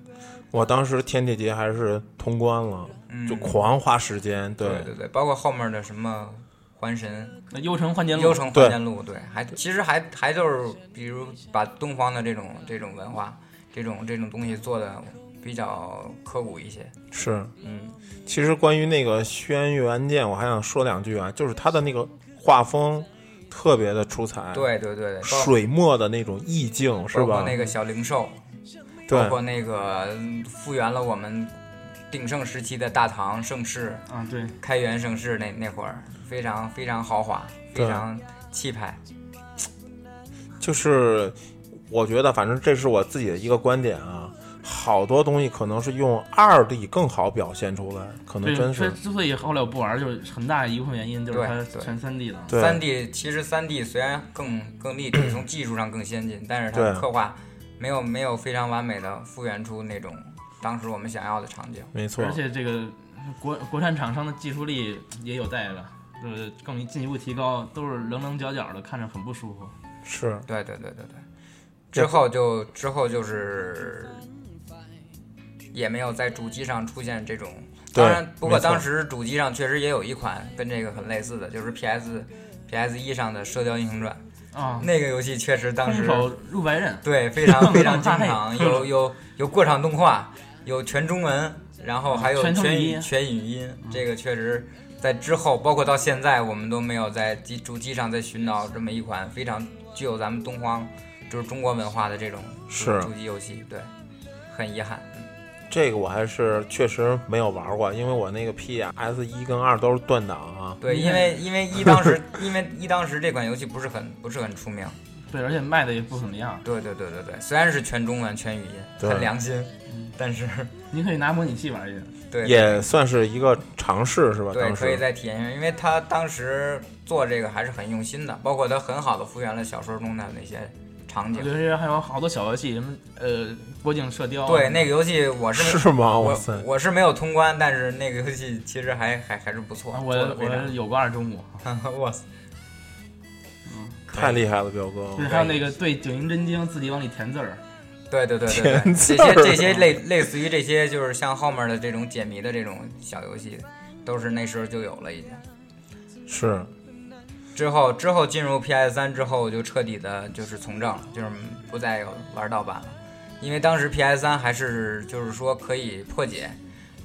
[SPEAKER 1] 我当时天地劫还是通关了，
[SPEAKER 3] 嗯，
[SPEAKER 1] 就狂花时间。
[SPEAKER 3] 对对对，包括后面的什么环神、
[SPEAKER 2] 那幽城幻剑录
[SPEAKER 3] 幽，城
[SPEAKER 1] 对
[SPEAKER 3] 环剑录，对，还其实还还就是比如把东方的这种这种文化、这种这种东西做的比较刻骨一些。
[SPEAKER 1] 是。
[SPEAKER 3] 嗯，
[SPEAKER 1] 其实关于那个轩辕剑，我还想说两句啊，就是它的那个画风特别的出彩，，
[SPEAKER 3] 对对对，对包
[SPEAKER 1] 水墨的那种意境是
[SPEAKER 3] 包括
[SPEAKER 1] 哎吧？
[SPEAKER 3] 那个小灵兽，包
[SPEAKER 1] 对，
[SPEAKER 3] 括那个嗯复原了我们鼎盛时期的大唐盛世。
[SPEAKER 2] 啊，对，
[SPEAKER 3] 开元盛世那那会儿，非常非常豪华，
[SPEAKER 1] 对
[SPEAKER 3] 非常气派。
[SPEAKER 1] 就是我觉得，反正这是我自己的一个观点啊。好多东西可能是用二 D 更好表现出来，可能
[SPEAKER 2] 对，
[SPEAKER 1] 真
[SPEAKER 2] 之
[SPEAKER 1] 是
[SPEAKER 2] 之所以后来我不玩，就是很大一部分原因就是
[SPEAKER 3] 对
[SPEAKER 2] 它
[SPEAKER 3] 对
[SPEAKER 2] 全三 D 了。
[SPEAKER 1] 对
[SPEAKER 3] 三 D 其实三 D 虽然更更 立体，从技术上更先进，但是它
[SPEAKER 1] 对
[SPEAKER 3] 的刻画没有没有非常完美的复原出那种当时我们想要的场景。
[SPEAKER 1] 没错
[SPEAKER 2] 而。且这个国国产厂商的技术力也有待着，就是更进一步提高，都是棱棱角角的，看着很不舒服。
[SPEAKER 1] 是，
[SPEAKER 3] 对对对对对，之后就之后就是也没有在主机上出现这种。
[SPEAKER 1] 对
[SPEAKER 3] 当然，不过
[SPEAKER 1] 没错
[SPEAKER 3] 当时主机上确实也有一款跟这个很类似的，就是 PS PS 一上的《射雕英雄传》
[SPEAKER 2] 啊，
[SPEAKER 3] 那个游戏，确实当
[SPEAKER 2] 空
[SPEAKER 3] 时
[SPEAKER 2] 手入白刃，
[SPEAKER 3] 对，非 常非常经
[SPEAKER 2] 太
[SPEAKER 3] 常，
[SPEAKER 2] 坑
[SPEAKER 3] 有
[SPEAKER 2] 了
[SPEAKER 3] 有有过场动画，有全中文，然后还有
[SPEAKER 2] 啊全程
[SPEAKER 3] 全
[SPEAKER 2] 语
[SPEAKER 3] 语
[SPEAKER 2] 音啊
[SPEAKER 3] 全语音，这个确实在之后，包括到现在，我们都没有在机主机上再寻找这么一款非常具有咱们东方就是中国文化的这种
[SPEAKER 1] 是
[SPEAKER 3] 主机游戏，对，很遗憾。
[SPEAKER 1] 这个我还是确实没有玩过，因为我那个 PS 一跟二都是断档啊。
[SPEAKER 3] 对，
[SPEAKER 2] 你
[SPEAKER 3] 因
[SPEAKER 2] 看
[SPEAKER 3] 为因 为一当时因为一当时这款游戏不是很不是很出名，
[SPEAKER 2] 对，而且卖的也不怎么样。
[SPEAKER 3] 对对对对对，虽然是全中文全语音，
[SPEAKER 1] 对
[SPEAKER 3] 很良心，
[SPEAKER 2] 嗯
[SPEAKER 3] 但是
[SPEAKER 2] 您可以拿模拟器玩一下。
[SPEAKER 3] 对
[SPEAKER 1] 也算是一个尝试是吧？
[SPEAKER 3] 对，
[SPEAKER 1] 啊当
[SPEAKER 3] 可以
[SPEAKER 1] 时
[SPEAKER 3] 再体验一下，因为他当时做这个还是很用心的，包括他很好的复原了小说中的那些场景。
[SPEAKER 2] 就是还有好多小游戏，什么呃，国境射雕啊，
[SPEAKER 3] 对，那个游戏我是
[SPEAKER 1] 是吗？哇
[SPEAKER 3] 我
[SPEAKER 1] 塞！
[SPEAKER 3] 我是没有通关，但是那个游戏其实还还还是不错，
[SPEAKER 2] 啊
[SPEAKER 3] 做
[SPEAKER 2] 我
[SPEAKER 3] 的非
[SPEAKER 2] 我有过二周目，
[SPEAKER 3] 常 哇塞，
[SPEAKER 1] 太厉害了，彪哥！
[SPEAKER 2] 对，还有那个对九阴真经自己往里填字儿，
[SPEAKER 3] 啊对对对对对，
[SPEAKER 1] 天
[SPEAKER 3] 这
[SPEAKER 1] 字
[SPEAKER 3] 些
[SPEAKER 1] 儿啊
[SPEAKER 3] 这些类类似于这些就是像后面的这种解谜的这种小游戏，都是那时候就有了已经。
[SPEAKER 1] 是
[SPEAKER 3] 之后之后进入 PS 三之后，我就彻底的就是从政了，就是不再有玩盗版了，因为当时 PS 三还是就是说可以破解，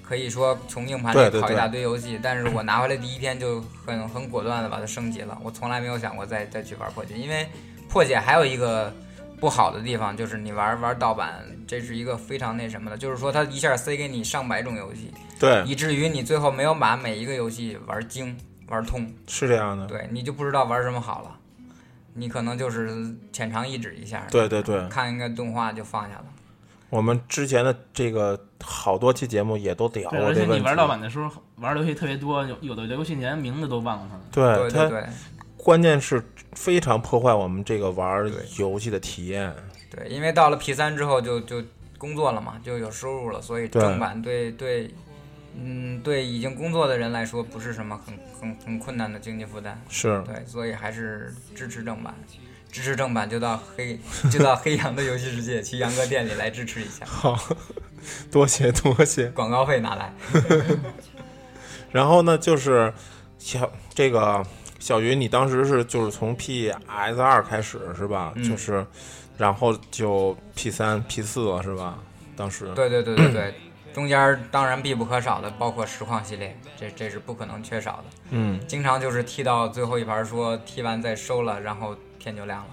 [SPEAKER 3] 可以说从硬盘
[SPEAKER 1] 对
[SPEAKER 3] 里
[SPEAKER 1] 对
[SPEAKER 3] 拷一
[SPEAKER 1] 对
[SPEAKER 3] 大堆游戏，但是我拿回来第一天就很很果断的把它升级了，我从来没有想过再再去玩破解，因为破解还有一个。不好的地方就是你玩玩盗版，这是一个非常那什么的，就是说它一下塞给你上百种游戏，
[SPEAKER 1] 对，
[SPEAKER 3] 以至于你最后没有把每一个游戏玩精、玩通。
[SPEAKER 1] 是这样的。
[SPEAKER 3] 对，你就不知道玩什么好了，你可能就是浅尝一止一下，，
[SPEAKER 1] 对对对，
[SPEAKER 3] 看一个动画就放下了。
[SPEAKER 1] 我们之前的这个好多期节目也都聊
[SPEAKER 2] 对，
[SPEAKER 1] 过
[SPEAKER 2] 而
[SPEAKER 1] 这
[SPEAKER 2] 且
[SPEAKER 1] 个问
[SPEAKER 2] 你
[SPEAKER 1] 题。
[SPEAKER 2] 玩盗版的时候玩的游戏特别多，有有的游戏连名字都忘了它了。
[SPEAKER 1] 对
[SPEAKER 3] 对对
[SPEAKER 1] 它
[SPEAKER 3] 对
[SPEAKER 1] 关键是非常破坏我们这个玩
[SPEAKER 3] 对
[SPEAKER 1] 游戏的体验。
[SPEAKER 3] 对，因为到了 P 三之后就就工作了嘛，就有收入了，所以
[SPEAKER 1] 对
[SPEAKER 3] 正版对对，嗯，对已经工作的人来说不是什么很很很困难的经济负担。
[SPEAKER 1] 是
[SPEAKER 3] 对，所以还是支持正版，支持正版就到黑就到黑羊的游戏世界去杨哥店里来支持一下，
[SPEAKER 1] 好， 多谢多谢。
[SPEAKER 3] 广告费拿来。
[SPEAKER 1] 然后呢，就是小这个小云，你当时是就是从 PS 二开始是吧？
[SPEAKER 3] 嗯
[SPEAKER 1] 就是，然后就 P 三、P 四了是吧？当时
[SPEAKER 3] 对对对对对，中间当然必不可少的包括实况系列，这这是不可能缺少的。
[SPEAKER 1] 嗯，
[SPEAKER 3] 经常就是踢到最后一盘说踢完再收了，然后天就亮了。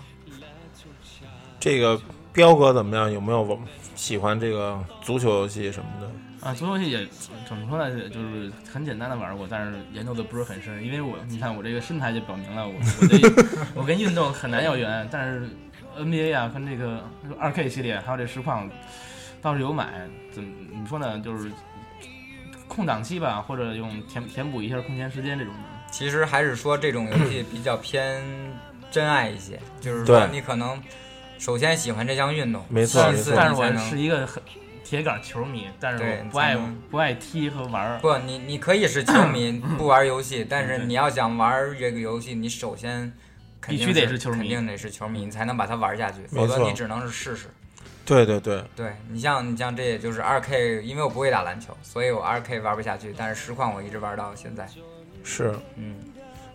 [SPEAKER 1] 这个彪哥怎么样？有没有喜欢这个足球游戏什么的？
[SPEAKER 2] 啊，足球游戏也怎么说呢，就是很简单的玩过，但是研究的不是很深，因为我你看我这个身材就表明了我我这我跟运动很难有缘，但是 NBA 啊跟这个二 K 系列还有这实况倒是有买，怎么怎么说呢，就是空档期吧，或者用填填补一下空闲时间这种的。
[SPEAKER 3] 其实还是说这种游戏比较偏真爱一些，就是说
[SPEAKER 1] 对
[SPEAKER 3] 你可能首先喜欢这项运动，
[SPEAKER 1] 没错
[SPEAKER 3] 其次
[SPEAKER 1] 没错
[SPEAKER 2] 但是
[SPEAKER 3] 你才
[SPEAKER 2] 我是
[SPEAKER 3] 能。
[SPEAKER 2] 一个很铁杆球迷，但是
[SPEAKER 3] 对
[SPEAKER 2] 我不爱
[SPEAKER 3] 才能
[SPEAKER 2] 不爱踢和玩儿。
[SPEAKER 3] 不，你你可以是球迷不玩游戏，但是
[SPEAKER 2] 对
[SPEAKER 3] 你要想玩这个游戏，你首先肯定
[SPEAKER 2] 必须得
[SPEAKER 3] 是
[SPEAKER 2] 是球迷
[SPEAKER 3] 肯定得是球迷，你才能把它玩下去，
[SPEAKER 1] 没
[SPEAKER 3] 否则
[SPEAKER 1] 错
[SPEAKER 3] 你只能是试试。
[SPEAKER 1] 对对对，
[SPEAKER 3] 对你像你像这也就是二 K，因为我不会打篮球，所以我二 K 玩不下去，但是实况我一直玩到现在。
[SPEAKER 1] 是。
[SPEAKER 3] 嗯，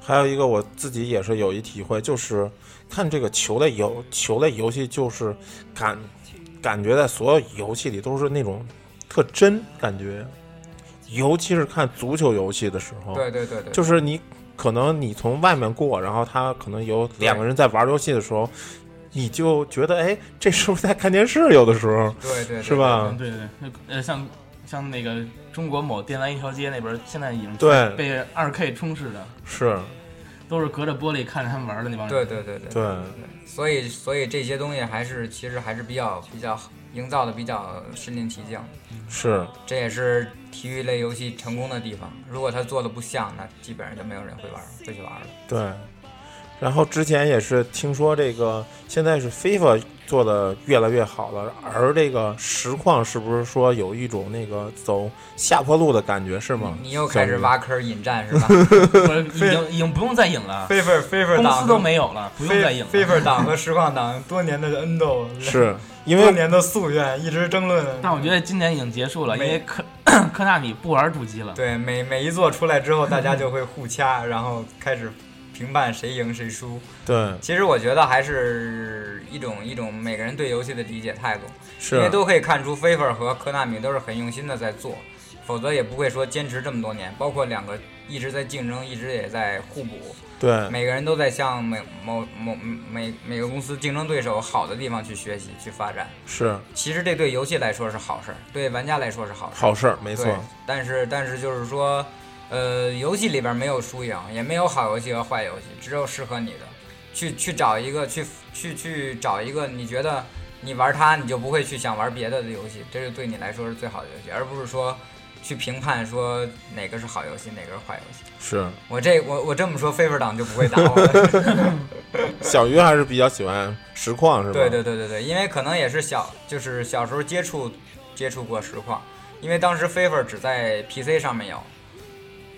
[SPEAKER 1] 还有一个我自己也是有一体会，就是看这个球类游球类游戏，就是感感觉在所有游戏里都是那种特真感觉，尤其是看足球游戏的时候，
[SPEAKER 3] 对对对对，
[SPEAKER 1] 就是你可能你从外面过，然后他可能有两个人在玩游戏的时候，你就觉得哎，这是不是在看电视？有的时候
[SPEAKER 3] 对对对
[SPEAKER 1] 是？吧
[SPEAKER 2] 嗯，？对对对，那呃，像像那个中国某电玩一条街那边儿，现在已经
[SPEAKER 1] 对
[SPEAKER 2] 被二 K 充斥的，
[SPEAKER 1] 是，
[SPEAKER 2] 都是隔着玻璃看着他们玩的那帮人。
[SPEAKER 3] 对对对对对
[SPEAKER 1] 对，
[SPEAKER 3] 所以所以这些东西还是其实还是比较比较营造的比较身临其境，
[SPEAKER 1] 是，
[SPEAKER 3] 这也是体育类游戏成功的地方。如果他做的不像，那基本上就没有人会玩会去玩了。
[SPEAKER 1] 对，然后之前也是听说这个，现在是 FIFA 做的越来越好了，而这个实况是不是说有一种那个走下坡路的感觉是吗？
[SPEAKER 3] 你又开始挖坑引战 是吧
[SPEAKER 2] 我已经已经不用再引了，
[SPEAKER 3] ？Favor Favor
[SPEAKER 2] 公
[SPEAKER 3] 党
[SPEAKER 2] 司都没有了，不用再引了。
[SPEAKER 3] Favor 党和实况党多年的恩 斗，
[SPEAKER 1] 是因为
[SPEAKER 3] 年的夙愿，一直争论
[SPEAKER 2] 但我觉得今年已经结束了，因
[SPEAKER 3] 没
[SPEAKER 2] 为科 科纳米不玩主机了。
[SPEAKER 3] 对，每每一座出来之后，大家就会互掐， 然后开始评判谁赢谁输。
[SPEAKER 1] 对
[SPEAKER 3] 其实我觉得还是一种一种每个人对游戏的理解态度，因为
[SPEAKER 1] 是
[SPEAKER 3] 都可以看出 Favor 和科纳米都是很用心的在做，否则也不会说坚持这么多年。包括两个一直在竞争，一直也在互补，
[SPEAKER 1] 对
[SPEAKER 3] 每个人都在向每某某每每个公司竞争对手好的地方去学习去发展。
[SPEAKER 1] 是
[SPEAKER 3] 其实这对游戏来说是好事儿，对玩家来说是好事儿。
[SPEAKER 1] 好事儿，没错
[SPEAKER 3] 对，但是但是就是说，呃，游戏里边没有输赢，也没有好游戏和坏游戏，只有适合你的。去去找一个，去去去找一个，你觉得你玩它，你就不会去想玩别的的游戏，这是对你来说是最好的游戏，而不是说去评判说哪个是好游戏，哪个是坏游戏。
[SPEAKER 1] 是
[SPEAKER 3] 我这我我这么说，飞粉党就不会打我了。
[SPEAKER 1] 小鱼还是比较喜欢实况是吧？
[SPEAKER 3] 对对对对对，因为可能也是小，就是小时候接触接触过实况，因为当时 Favor 只在 PC 上面有，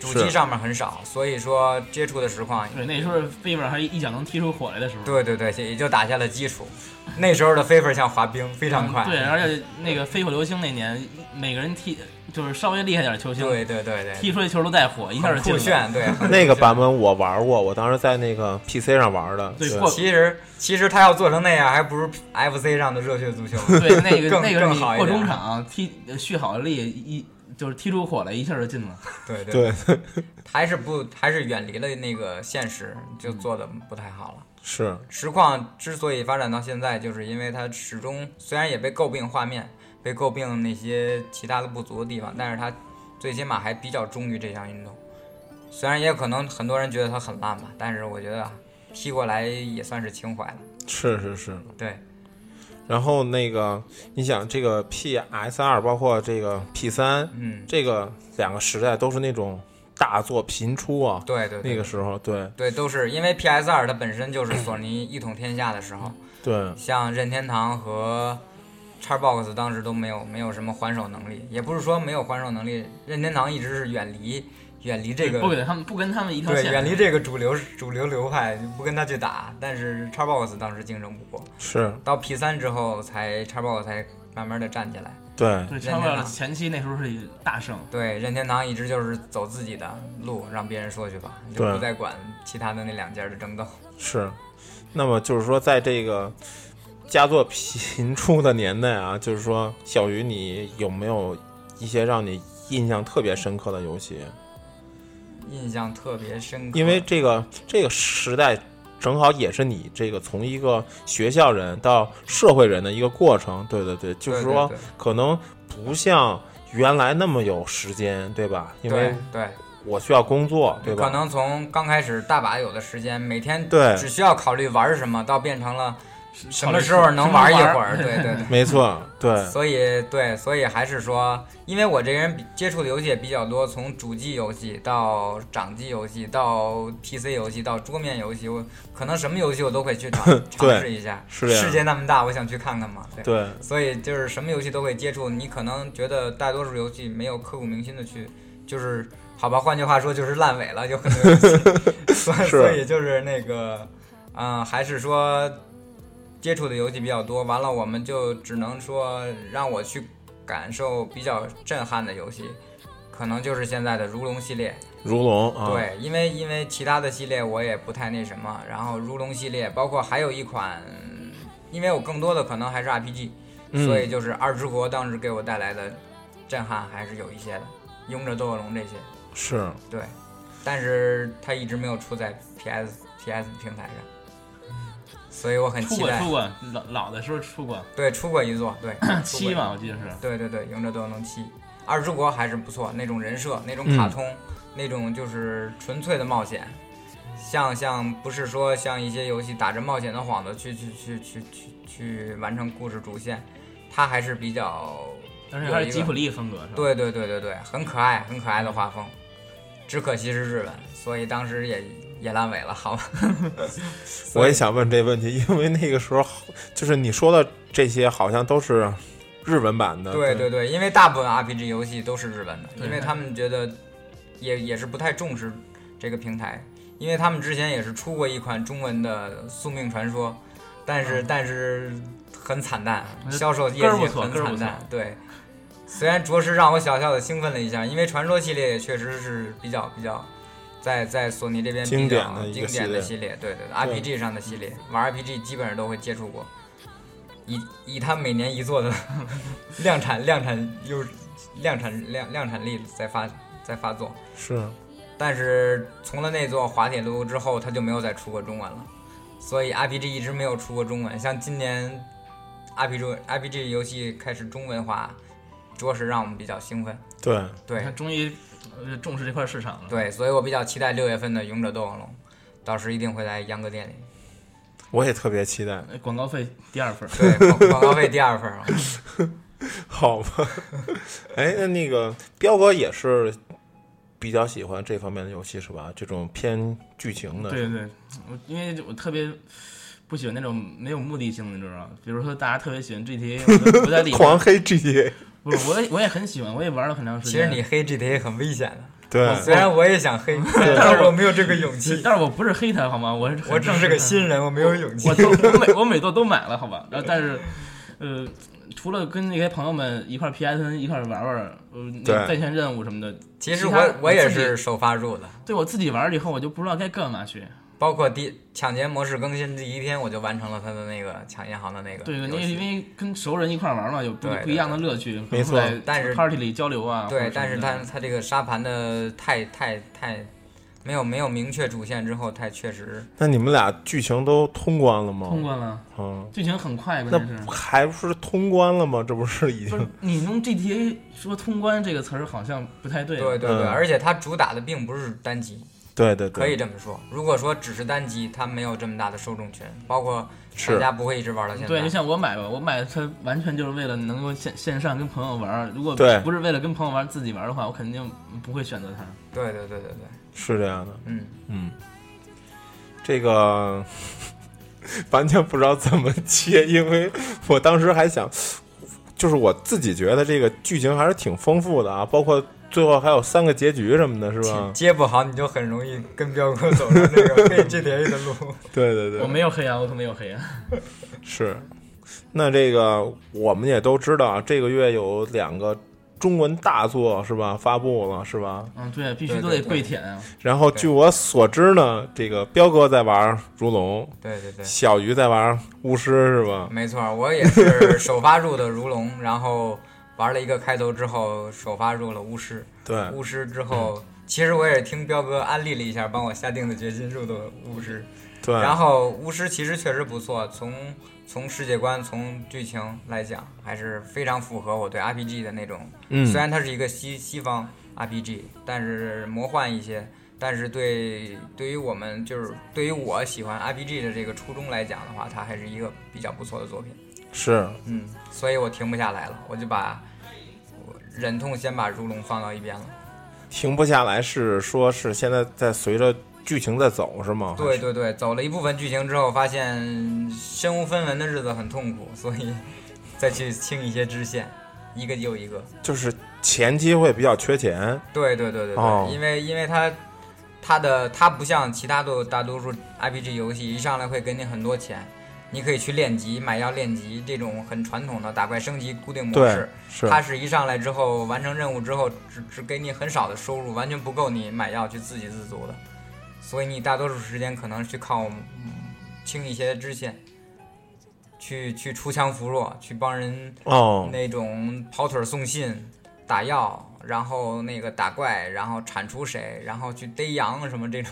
[SPEAKER 3] 主机
[SPEAKER 1] 是
[SPEAKER 3] 上面很少，所以说接触的实况，
[SPEAKER 2] 对，那时候 Fever 还一脚能踢出火来的时候。
[SPEAKER 3] 对对对，也就打下了基础。那时候的 Favor 像滑冰，非常快。
[SPEAKER 2] 嗯对，而且那个飞火流星那年，每个人踢就是稍微厉害点儿球星，
[SPEAKER 3] 对对对对，
[SPEAKER 2] 踢出去球都带火，一下就
[SPEAKER 3] 很
[SPEAKER 2] 进
[SPEAKER 3] 酷
[SPEAKER 2] 了。
[SPEAKER 3] 炫，对。很
[SPEAKER 1] 那个
[SPEAKER 3] 酷炫
[SPEAKER 1] 版本我玩过，我当时在那个 PC 上玩的，
[SPEAKER 2] 对
[SPEAKER 1] 对
[SPEAKER 2] 过
[SPEAKER 3] 其实其实他要做成那样，还不如 FC 上的热血足球。
[SPEAKER 2] 对，那个
[SPEAKER 3] 更
[SPEAKER 2] 那个是
[SPEAKER 3] 更
[SPEAKER 2] 你
[SPEAKER 3] 好一
[SPEAKER 2] 过
[SPEAKER 3] 点
[SPEAKER 2] 中场踢呃续好力一就是踢出火来，一下就进了。
[SPEAKER 3] 对对，
[SPEAKER 1] 对
[SPEAKER 3] 还是不还是远离了那个现实，就做的不太好了。
[SPEAKER 1] 是
[SPEAKER 3] 实况之所以发展到现在，就是因为它始终虽然也被诟病画面，被诟病那些其他的不足的地方，但是它最起码还比较忠于这项运动。虽然也有可能很多人觉得它很烂吧，但是我觉得啊踢过来也算是情怀了。
[SPEAKER 1] 是是是，
[SPEAKER 3] 对，
[SPEAKER 1] 然后那个你想这个 PS 二包括这个 P 三。
[SPEAKER 3] 嗯，
[SPEAKER 1] 这个两个时代都是那种大作频出啊，
[SPEAKER 3] 对对对，
[SPEAKER 1] 那个时候，对
[SPEAKER 3] 对都是因为 PS 二它本身就是索尼一统天下的时候，
[SPEAKER 1] 对
[SPEAKER 3] 像任天堂和 Xbox 当时都没有没有什么还手能力，也不是说没有还手能力，任天堂一直是远离远离这个
[SPEAKER 2] 不给他们不跟他们一条
[SPEAKER 3] 对，
[SPEAKER 2] 线，
[SPEAKER 3] 远离这个主流主流流派，不跟他去打。但是 Xbox 当时竞争不过，
[SPEAKER 1] 是，
[SPEAKER 3] 到 P 3之后才 Xbox 才慢慢的站起来。
[SPEAKER 1] 对
[SPEAKER 2] 对，
[SPEAKER 3] 嗯任天
[SPEAKER 2] 超过了
[SPEAKER 3] 堂
[SPEAKER 2] 前期那时候是大胜，
[SPEAKER 3] 对，任天堂一直就是走自己的路，让别人说去吧，就
[SPEAKER 1] 对
[SPEAKER 3] 不再管其他的那两家的争斗。
[SPEAKER 1] 是。那么就是说，在这个佳作频出的年代啊，就是说，小鱼你有没有一些让你印象特别深刻的游戏？
[SPEAKER 3] 印象特别深刻。
[SPEAKER 1] 因为这个这个时代正好也是你这个从一个学校人到社会人的一个过程。对对对，就是说
[SPEAKER 3] 对对
[SPEAKER 1] 可能不像原来那么有时间，对吧？因为
[SPEAKER 3] 对对
[SPEAKER 1] 我需要工作，对
[SPEAKER 3] 对，可
[SPEAKER 1] 吧？
[SPEAKER 3] 能从刚开始大把有的时间，每天
[SPEAKER 1] 对
[SPEAKER 3] 只需要考虑玩什么，到变成了什么时候能玩一会儿。对对对。
[SPEAKER 1] 没错，对
[SPEAKER 3] 所以对，所以还是说，因为我这个人比接触的游戏也比较多，从主机游戏到掌机游戏，到 PC 游戏，到桌面游戏，我可能什么游戏我都会去 尝尝试一下。
[SPEAKER 1] 是这样
[SPEAKER 3] 世界那么大，我想去看看嘛。对。
[SPEAKER 1] 对
[SPEAKER 3] 所以就是什么游戏都会接触，你可能觉得大多数游戏没有刻骨铭心的去，就是好吧，换句话说就是烂尾了，有很多游戏，所以
[SPEAKER 1] 是
[SPEAKER 3] 所以就是那个，嗯、还是说接触的游戏比较多，完了我们就只能说让我去感受比较震撼的游戏，可能就是现在的如龙系列，
[SPEAKER 1] 如龙啊，
[SPEAKER 3] 对，因为因为其他的系列我也不太那什么，然后如龙系列，包括还有一款，因为我更多的可能还是 RPG，、
[SPEAKER 1] 嗯
[SPEAKER 3] 所以就是二之国当时给我带来的震撼还是有一些的，勇者斗恶龙这些，
[SPEAKER 1] 是
[SPEAKER 3] 对，但是它一直没有出在 PS PS 平台上，所以我很
[SPEAKER 2] 出
[SPEAKER 3] 期
[SPEAKER 2] 过
[SPEAKER 3] 待
[SPEAKER 2] 出，过，老老的时候出过
[SPEAKER 3] 对，出过一座， 对，出过
[SPEAKER 2] 七
[SPEAKER 3] 一
[SPEAKER 2] 嘛，我记得是。
[SPEAKER 3] 对对对，《勇者斗恶龙七》，二之国还是不错，那种人设，那种
[SPEAKER 1] 嗯
[SPEAKER 3] 卡通，那种就是纯粹的冒险，像像不是说像一些游戏打着冒险的幌子去去去去去去完成故事主线，它还是比较，
[SPEAKER 2] 但是它是吉普力风格是吧？，
[SPEAKER 3] 对对对对对，很可爱很可爱的画风，只可惜是日本，所以当时也也烂尾了，好吧？
[SPEAKER 1] 我也想问这问题， 因为那个时候就是你说的这些，好像都是日文版的。
[SPEAKER 3] 对对对，因为大部分 RPG 游戏都是日本的，
[SPEAKER 2] 对
[SPEAKER 3] 因为他们觉得也也是不太重视这个平台，因为他们之前也是出过一款中文的《宿命传说》，但是、但是很惨淡，
[SPEAKER 2] 嗯
[SPEAKER 3] 销售业
[SPEAKER 2] 根儿
[SPEAKER 3] 绩
[SPEAKER 2] 不错
[SPEAKER 3] 很
[SPEAKER 2] 根儿不
[SPEAKER 3] 惨淡
[SPEAKER 2] 错。
[SPEAKER 3] 对，虽然着实让我小小的兴奋了一下，因为传说系列也确实是比较比较。在在索尼这边比
[SPEAKER 1] 经典
[SPEAKER 3] 较
[SPEAKER 1] 的一
[SPEAKER 3] 经
[SPEAKER 1] 个
[SPEAKER 3] 典的
[SPEAKER 1] 系
[SPEAKER 3] 系列，对对对，RPG 上的系列，玩 RPG 基本上都会接触过。以以它每年一做的 量产量产又量产量量产力在发在发作，
[SPEAKER 1] 是
[SPEAKER 3] 但是从了那座滑铁卢之后，它就没有再出过中文了，所以 RPG 一直没有出过中文。像今年 RPG RPG 游戏开始中文化，着实让我们比较兴奋。
[SPEAKER 1] 对，
[SPEAKER 3] 对
[SPEAKER 2] 它终于呃重视这块市场了。
[SPEAKER 3] 对，所以我比较期待六月份的《勇者斗恶龙》，到时一定会来秧歌店里。
[SPEAKER 1] 我也特别期待。
[SPEAKER 2] 对，广告费第二份儿。
[SPEAKER 3] 对，广广告费第二份儿。
[SPEAKER 1] 好吧， 哎，那那个彪哥也是比较喜欢这方面的游戏是吧？这种偏剧情的，
[SPEAKER 2] 对对对，我因为我特别不喜欢那种没有目的性的，你知道吗？比如说大家特别喜欢 GTA，我 都不在里面。
[SPEAKER 1] 狂黑 GTA，
[SPEAKER 2] 不是，我也我也很喜欢，我也玩了很长时
[SPEAKER 3] 其实
[SPEAKER 2] 间。
[SPEAKER 3] 你黑 GTA 很危险的。
[SPEAKER 2] 嗯
[SPEAKER 1] 对
[SPEAKER 3] 虽然我也想黑，但是我没有这个勇气。
[SPEAKER 2] 但是我不是黑他好吗？我是
[SPEAKER 3] 我只是个新人，我没有勇气
[SPEAKER 2] 我。都我每我每座都买了，好吧？然后但是，呃，除了跟那些朋友们一块儿 PSN 一块儿玩玩，呃，那
[SPEAKER 1] 对
[SPEAKER 2] 个在线任务什么的，
[SPEAKER 3] 其实
[SPEAKER 2] 其他
[SPEAKER 3] 我我也
[SPEAKER 2] 自
[SPEAKER 3] 是
[SPEAKER 2] 己
[SPEAKER 3] 首发入的，
[SPEAKER 2] 对我自己玩了以后，我就不知道该干嘛去。
[SPEAKER 3] 包括第抢劫模式更新第一天，我就完成了他的那个抢银行的那个
[SPEAKER 2] 对对，
[SPEAKER 3] 游
[SPEAKER 2] 你因
[SPEAKER 3] 戏。
[SPEAKER 2] 为跟熟人一块儿玩嘛，有不
[SPEAKER 3] 对对
[SPEAKER 2] 不一样的乐趣，可能
[SPEAKER 1] 没错
[SPEAKER 2] 会在
[SPEAKER 3] 但是
[SPEAKER 2] party 里交流啊。或
[SPEAKER 3] 对，
[SPEAKER 2] 者
[SPEAKER 3] 但
[SPEAKER 2] 什
[SPEAKER 3] 是
[SPEAKER 2] 么
[SPEAKER 3] 他
[SPEAKER 2] 的
[SPEAKER 3] 他这个沙盘的太太太没有没有明确主线之后，太确实
[SPEAKER 1] 那你们俩剧情都通关了吗？
[SPEAKER 2] 通关了，
[SPEAKER 1] 嗯，
[SPEAKER 2] 剧情很快，关键是
[SPEAKER 1] 那。还不是通关了吗？这 不是已
[SPEAKER 2] 不
[SPEAKER 1] 经
[SPEAKER 2] 是你用 GTA 说通关这个词儿好像不太对。
[SPEAKER 3] 对对对，
[SPEAKER 1] 嗯
[SPEAKER 3] 而且它主打的并不是单机，
[SPEAKER 1] 对对对，
[SPEAKER 3] 可以这么说。如果说只是单机，它没有这么大的受众群，包括
[SPEAKER 1] 是
[SPEAKER 3] 大家不会一直玩到现在。
[SPEAKER 2] 对，就像我买吧，我买它完全就是为了能够线线上跟朋友玩儿。如果
[SPEAKER 1] 对
[SPEAKER 2] 不是为了跟朋友玩儿自己玩儿的话，我肯定不会选择它。
[SPEAKER 3] 对对对对对，
[SPEAKER 1] 是这样的，
[SPEAKER 3] 嗯，
[SPEAKER 1] 嗯，这个 完全不知道怎么切， 因为我当时还想，就是我自己觉得这个剧情还是挺丰富的啊，包括最后还有三个结局什么的，是吧？
[SPEAKER 3] 接不好你就很容易跟彪哥走上这 个被 GTA 的路。
[SPEAKER 1] 对对对，
[SPEAKER 2] 我没有黑啊，我可没有黑啊。
[SPEAKER 1] 是，那这个我们也都知道，啊这个月有两个中文大作是吧？发布了是吧？
[SPEAKER 2] 嗯，对，必须
[SPEAKER 3] 对
[SPEAKER 2] 都
[SPEAKER 3] 对
[SPEAKER 2] 得
[SPEAKER 3] 对
[SPEAKER 2] 跪舔啊。
[SPEAKER 1] 然后据我所知呢，这个彪哥在玩如龙，
[SPEAKER 3] 对对对，
[SPEAKER 1] 小鱼在玩巫师是吧？
[SPEAKER 3] 没错，我也是首发入的如龙，然后玩了一个开头之后，首发入了巫师，
[SPEAKER 1] 对，
[SPEAKER 3] 巫师之
[SPEAKER 1] 嗯
[SPEAKER 3] 后，其实我也听彪哥安利了一下，帮我下定的决心入的巫师。
[SPEAKER 1] 对，
[SPEAKER 3] 然后巫师其实确实不错，从从世界观、从剧情来讲，还是非常符合我对 RPG 的那种。
[SPEAKER 1] 嗯，
[SPEAKER 3] 虽然它是一个西西方 RPG，但是魔幻一些。但是对对于我们就是对于我喜欢 RPG 的这个初衷来讲的话，它还是一个比较不错的作品。
[SPEAKER 1] 是
[SPEAKER 3] 嗯，所以我停不下来了，我就把我忍痛先把如龙放到一边了。
[SPEAKER 1] 停不下来，是说是现在在随着剧情在走是吗？
[SPEAKER 3] 对对对，走了一部分剧情之后，发现身无分文的日子很痛苦，所以再去清一些支线，一个又一个。
[SPEAKER 1] 就是前期会比较缺钱，
[SPEAKER 3] 对对对对对，
[SPEAKER 1] 哦
[SPEAKER 3] 因为因为它它的它不像其他的大多数 RPG 游戏，一上来会给你很多钱，你可以去练级、买药练级这种很传统的打怪升级固定模
[SPEAKER 1] 对
[SPEAKER 3] 式。，
[SPEAKER 1] 是
[SPEAKER 3] 它是一上来之后完成任务之后，只只给你很少的收入，完全不够你买药去自给自足的，所以你大多数时间可能去靠嗯清一些支线，去去出枪扶弱，去帮人
[SPEAKER 1] 哦，
[SPEAKER 3] 那种跑腿儿送信、打药，然后那个打怪，然后铲除谁，然后去逮羊什么这种。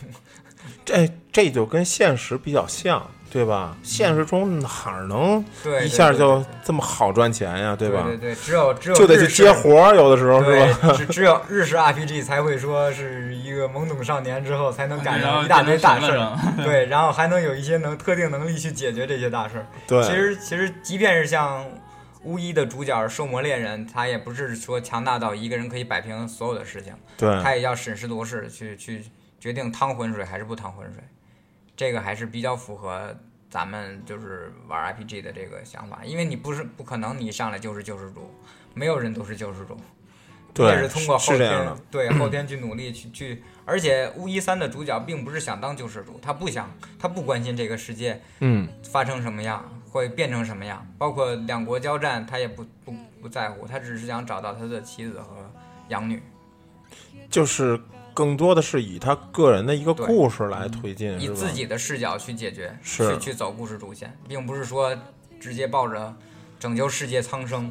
[SPEAKER 1] 这这就跟现实比较像，对吧？现实中哪儿能
[SPEAKER 3] 嗯对，
[SPEAKER 1] 一下
[SPEAKER 3] 对
[SPEAKER 1] 就这么好赚钱呀，
[SPEAKER 3] 对
[SPEAKER 1] 吧？
[SPEAKER 3] 对对，只有只有
[SPEAKER 1] 就得去
[SPEAKER 3] 日式
[SPEAKER 1] 接活儿，有的时候是吧？
[SPEAKER 3] 对，只只有日式 RPG 才会说是一个懵懂少年之后才能赶
[SPEAKER 2] 然后
[SPEAKER 3] 上一大堆大事儿，
[SPEAKER 2] 儿，
[SPEAKER 3] 对，然后还能有一些能特定能力去解决这些大事儿。
[SPEAKER 1] 对，
[SPEAKER 3] 其实其实即便是像巫医的主角兽魔猎人，他也不是说强大到一个人可以摆平所有的事情，
[SPEAKER 1] 对，
[SPEAKER 3] 他也要审时度势去去决定趟浑水还是不趟浑水，这个还是比较符合。咱们就是玩 RPG 的这个想法，因为你不是不可能，你一上来就是救世主，没有人都是救世主，也
[SPEAKER 1] 对，
[SPEAKER 3] 是通过后
[SPEAKER 1] 是这
[SPEAKER 3] 天
[SPEAKER 1] 样的，
[SPEAKER 3] 对后天去努力去去，而且巫医三的主角并不是想当救世主，他不想，他不关心这个世界
[SPEAKER 1] 嗯，
[SPEAKER 3] 发生什么样，会变成什么样，包括两国交战，他也不不不在乎，他只是想找到他的妻子和养女，
[SPEAKER 1] 就是更多的是以他个人的一个
[SPEAKER 3] 对
[SPEAKER 1] 故事来推进，
[SPEAKER 3] 以
[SPEAKER 1] 是吧
[SPEAKER 3] 自己的视角去解决，
[SPEAKER 1] 是
[SPEAKER 3] 去去走故事主线，并不是说直接抱着拯救世界苍生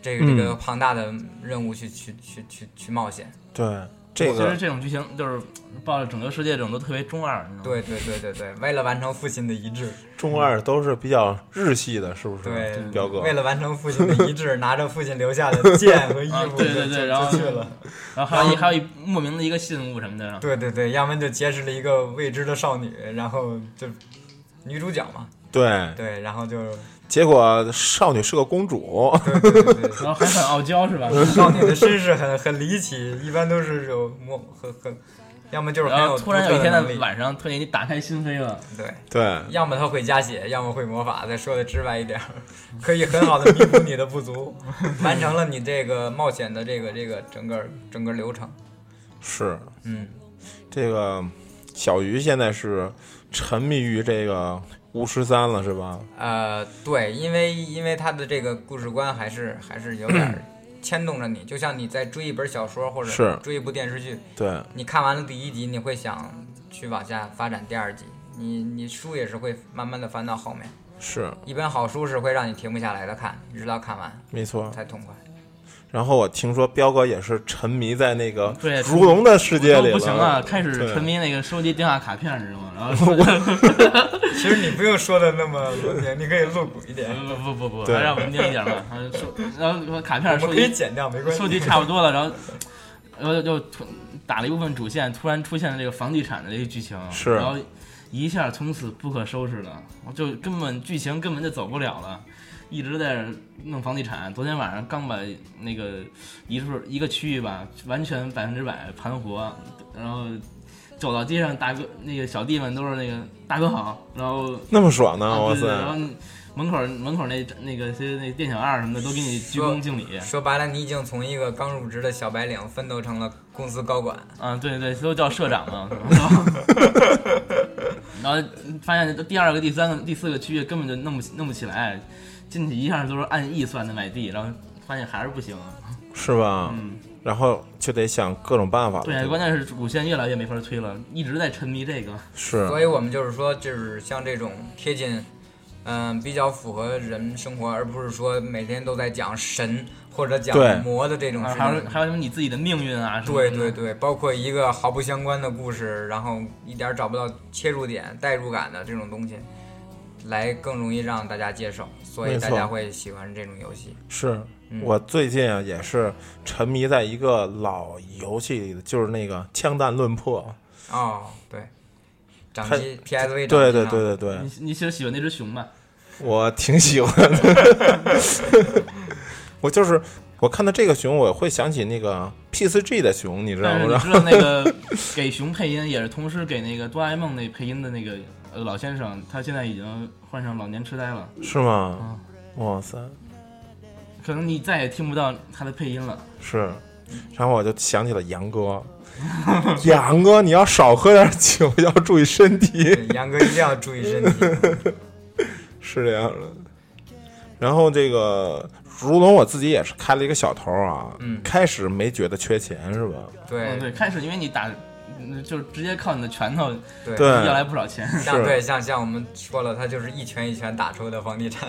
[SPEAKER 3] 这个这
[SPEAKER 1] 嗯
[SPEAKER 3] 个庞大的任务去去去去去冒险。
[SPEAKER 1] 对这
[SPEAKER 2] 其实
[SPEAKER 1] 个
[SPEAKER 2] 这种剧情就是抱着拯救世界这种都特别中二，你知道吗？
[SPEAKER 3] 对对对对对，为了完成父亲的遗志。
[SPEAKER 1] 中二都是比较日系的，是不是？
[SPEAKER 3] 对
[SPEAKER 1] 彪哥
[SPEAKER 3] 为了完成父亲的遗志，拿着父亲留下的剑和衣
[SPEAKER 2] 啊
[SPEAKER 3] 服就
[SPEAKER 2] 对对对
[SPEAKER 3] 就
[SPEAKER 2] 然后
[SPEAKER 3] 就去了。
[SPEAKER 2] 然后还有一还有一莫名的一个信物什么的，
[SPEAKER 3] 对对对，要么就结识了一个未知的少女，然后就女主角嘛，
[SPEAKER 1] 对，
[SPEAKER 3] 对，然后就
[SPEAKER 1] 结果少女是个公主，
[SPEAKER 3] 对对对对
[SPEAKER 2] 然后还很傲娇是吧？
[SPEAKER 3] 少女的身世很很离奇，一般都是有模很很，要么就是很
[SPEAKER 2] 然
[SPEAKER 3] 有
[SPEAKER 2] 后突然有
[SPEAKER 3] 有
[SPEAKER 2] 一天
[SPEAKER 3] 的
[SPEAKER 2] 在
[SPEAKER 3] 能力
[SPEAKER 2] 晚上，突然给你打开心扉了，
[SPEAKER 3] 对，
[SPEAKER 1] 对，
[SPEAKER 3] 要么她会加血，要么会魔法，再说的直白一点儿，可以很好的弥补你的不足，完成了你这个冒险的这个这个整个整个流程，
[SPEAKER 1] 是
[SPEAKER 3] 嗯。
[SPEAKER 1] 这个小鱼现在是沉迷于这个巫师三了，是吧？
[SPEAKER 3] 呃，对，因为因为他的这个故事观还是还是有 点儿牵动着你，就像你在追一本小说或
[SPEAKER 1] 是
[SPEAKER 3] 者追一部电视剧，
[SPEAKER 1] 对，
[SPEAKER 3] 你看完了第一集，你会想去往下发展第二集，你你书也是会慢慢的翻到后面。
[SPEAKER 1] 是
[SPEAKER 3] 一本好书是会让你停不下来的看，直到看完
[SPEAKER 1] 没错。
[SPEAKER 3] 才痛快。
[SPEAKER 1] 然后我听说彪哥也是沉迷在那个
[SPEAKER 2] 对
[SPEAKER 1] 如龙的世界
[SPEAKER 2] 都
[SPEAKER 1] 里了，
[SPEAKER 2] 不行了，开始
[SPEAKER 1] 对
[SPEAKER 2] 沉迷那个收集电话卡片，你知道吗？然后不
[SPEAKER 3] 其实你不用说的那么文明，你可以露骨一点，
[SPEAKER 2] 不不不不，
[SPEAKER 1] 对
[SPEAKER 2] 还让文明一点嘛，然后收然后卡
[SPEAKER 3] 我
[SPEAKER 2] 片
[SPEAKER 3] 们
[SPEAKER 2] 收
[SPEAKER 3] 可以
[SPEAKER 2] 集
[SPEAKER 3] 剪掉，没关
[SPEAKER 2] 收集
[SPEAKER 3] 系。
[SPEAKER 2] 差不多了，然后，然后就突打了一部分主线，突然出现了这个房地产的这个剧情，
[SPEAKER 1] 是
[SPEAKER 2] 然后一下从此不可收拾了，我就根本剧情根本就走不了了，一直在这儿弄房地产。昨天晚上刚把那个一处一个区域吧，完全百分之百盘活，然后走到街上，大哥那个小弟们都是那个大哥好，然后
[SPEAKER 1] 那么爽呢！
[SPEAKER 2] 啊
[SPEAKER 1] 哇
[SPEAKER 2] 对对对然后
[SPEAKER 1] 塞，
[SPEAKER 2] 门口门口那那个些那店小二什么的都给你鞠
[SPEAKER 3] 说
[SPEAKER 2] 躬敬礼。
[SPEAKER 3] 说白了，你已经从一个刚入职的小白领奋斗成了公司高管。
[SPEAKER 2] 啊，对对，都叫社长嘛。然后然后发现第二个、第三个、第四个区域根本就弄不起弄不起来，进去一下都是按亿算的买地，然后发现还是不行。
[SPEAKER 1] 是吧？
[SPEAKER 2] 嗯，
[SPEAKER 1] 然后就得想各种办法了。
[SPEAKER 2] 对，
[SPEAKER 1] 吧
[SPEAKER 2] 关键是主线越来越没法
[SPEAKER 3] 嗯
[SPEAKER 2] 推了，一直在沉迷这个。
[SPEAKER 1] 是
[SPEAKER 3] 所以我们就是说，就是像这种贴近嗯、比较符合人生活，而不是说每天都在讲神或者
[SPEAKER 1] 对
[SPEAKER 3] 讲魔的这种事
[SPEAKER 2] 啊，
[SPEAKER 3] 情。
[SPEAKER 2] 还有还有什么你自己的命运啊，什么
[SPEAKER 3] 对
[SPEAKER 2] 什么
[SPEAKER 3] 对对，包括一个毫不相关的故事，然后一点儿找不到切入点、代入感的这种东西，来更容易让大家接受，所以
[SPEAKER 1] 没错
[SPEAKER 3] 大家会喜欢这种游戏。
[SPEAKER 1] 是
[SPEAKER 3] 嗯
[SPEAKER 1] 我最近啊也是沉迷在一个老游戏里的，就是那个《枪弹论破》。
[SPEAKER 3] 哦，对，掌
[SPEAKER 1] 它
[SPEAKER 3] 机
[SPEAKER 1] 对
[SPEAKER 3] PSV 掌
[SPEAKER 1] 对
[SPEAKER 3] 机上
[SPEAKER 1] 对对对，
[SPEAKER 2] 你你就喜欢那只熊吧？
[SPEAKER 1] 我挺喜欢的。 我就是我看到这个熊，我会想起那个 PSG 的熊，你知道
[SPEAKER 2] 但
[SPEAKER 1] 吗？
[SPEAKER 2] 是
[SPEAKER 1] 然后
[SPEAKER 2] 你知道那个给熊配音，也是同时给那个哆啦 A 梦那配音的那个呃老先生，他现在已经患上老年痴呆了，
[SPEAKER 1] 是吗？哇塞，
[SPEAKER 2] 可能你再也听不到他的配音了。
[SPEAKER 1] 是。然后我就想起了杨哥， 杨哥，你要少喝点酒，要注意身体。
[SPEAKER 3] 对 杨哥一定要注意身体。
[SPEAKER 1] 是这样的。然后这个如龙，我自己也是开了一个小头啊，
[SPEAKER 3] 嗯
[SPEAKER 1] 开始没觉得缺钱是吧？
[SPEAKER 3] 对
[SPEAKER 2] 嗯，对，开始因为你打，嗯就是直接靠你的拳头
[SPEAKER 3] 对
[SPEAKER 1] 对
[SPEAKER 2] 要来不 少钱。
[SPEAKER 1] 是
[SPEAKER 3] 像对像像我们说了，他就是一拳一拳打出的房地产。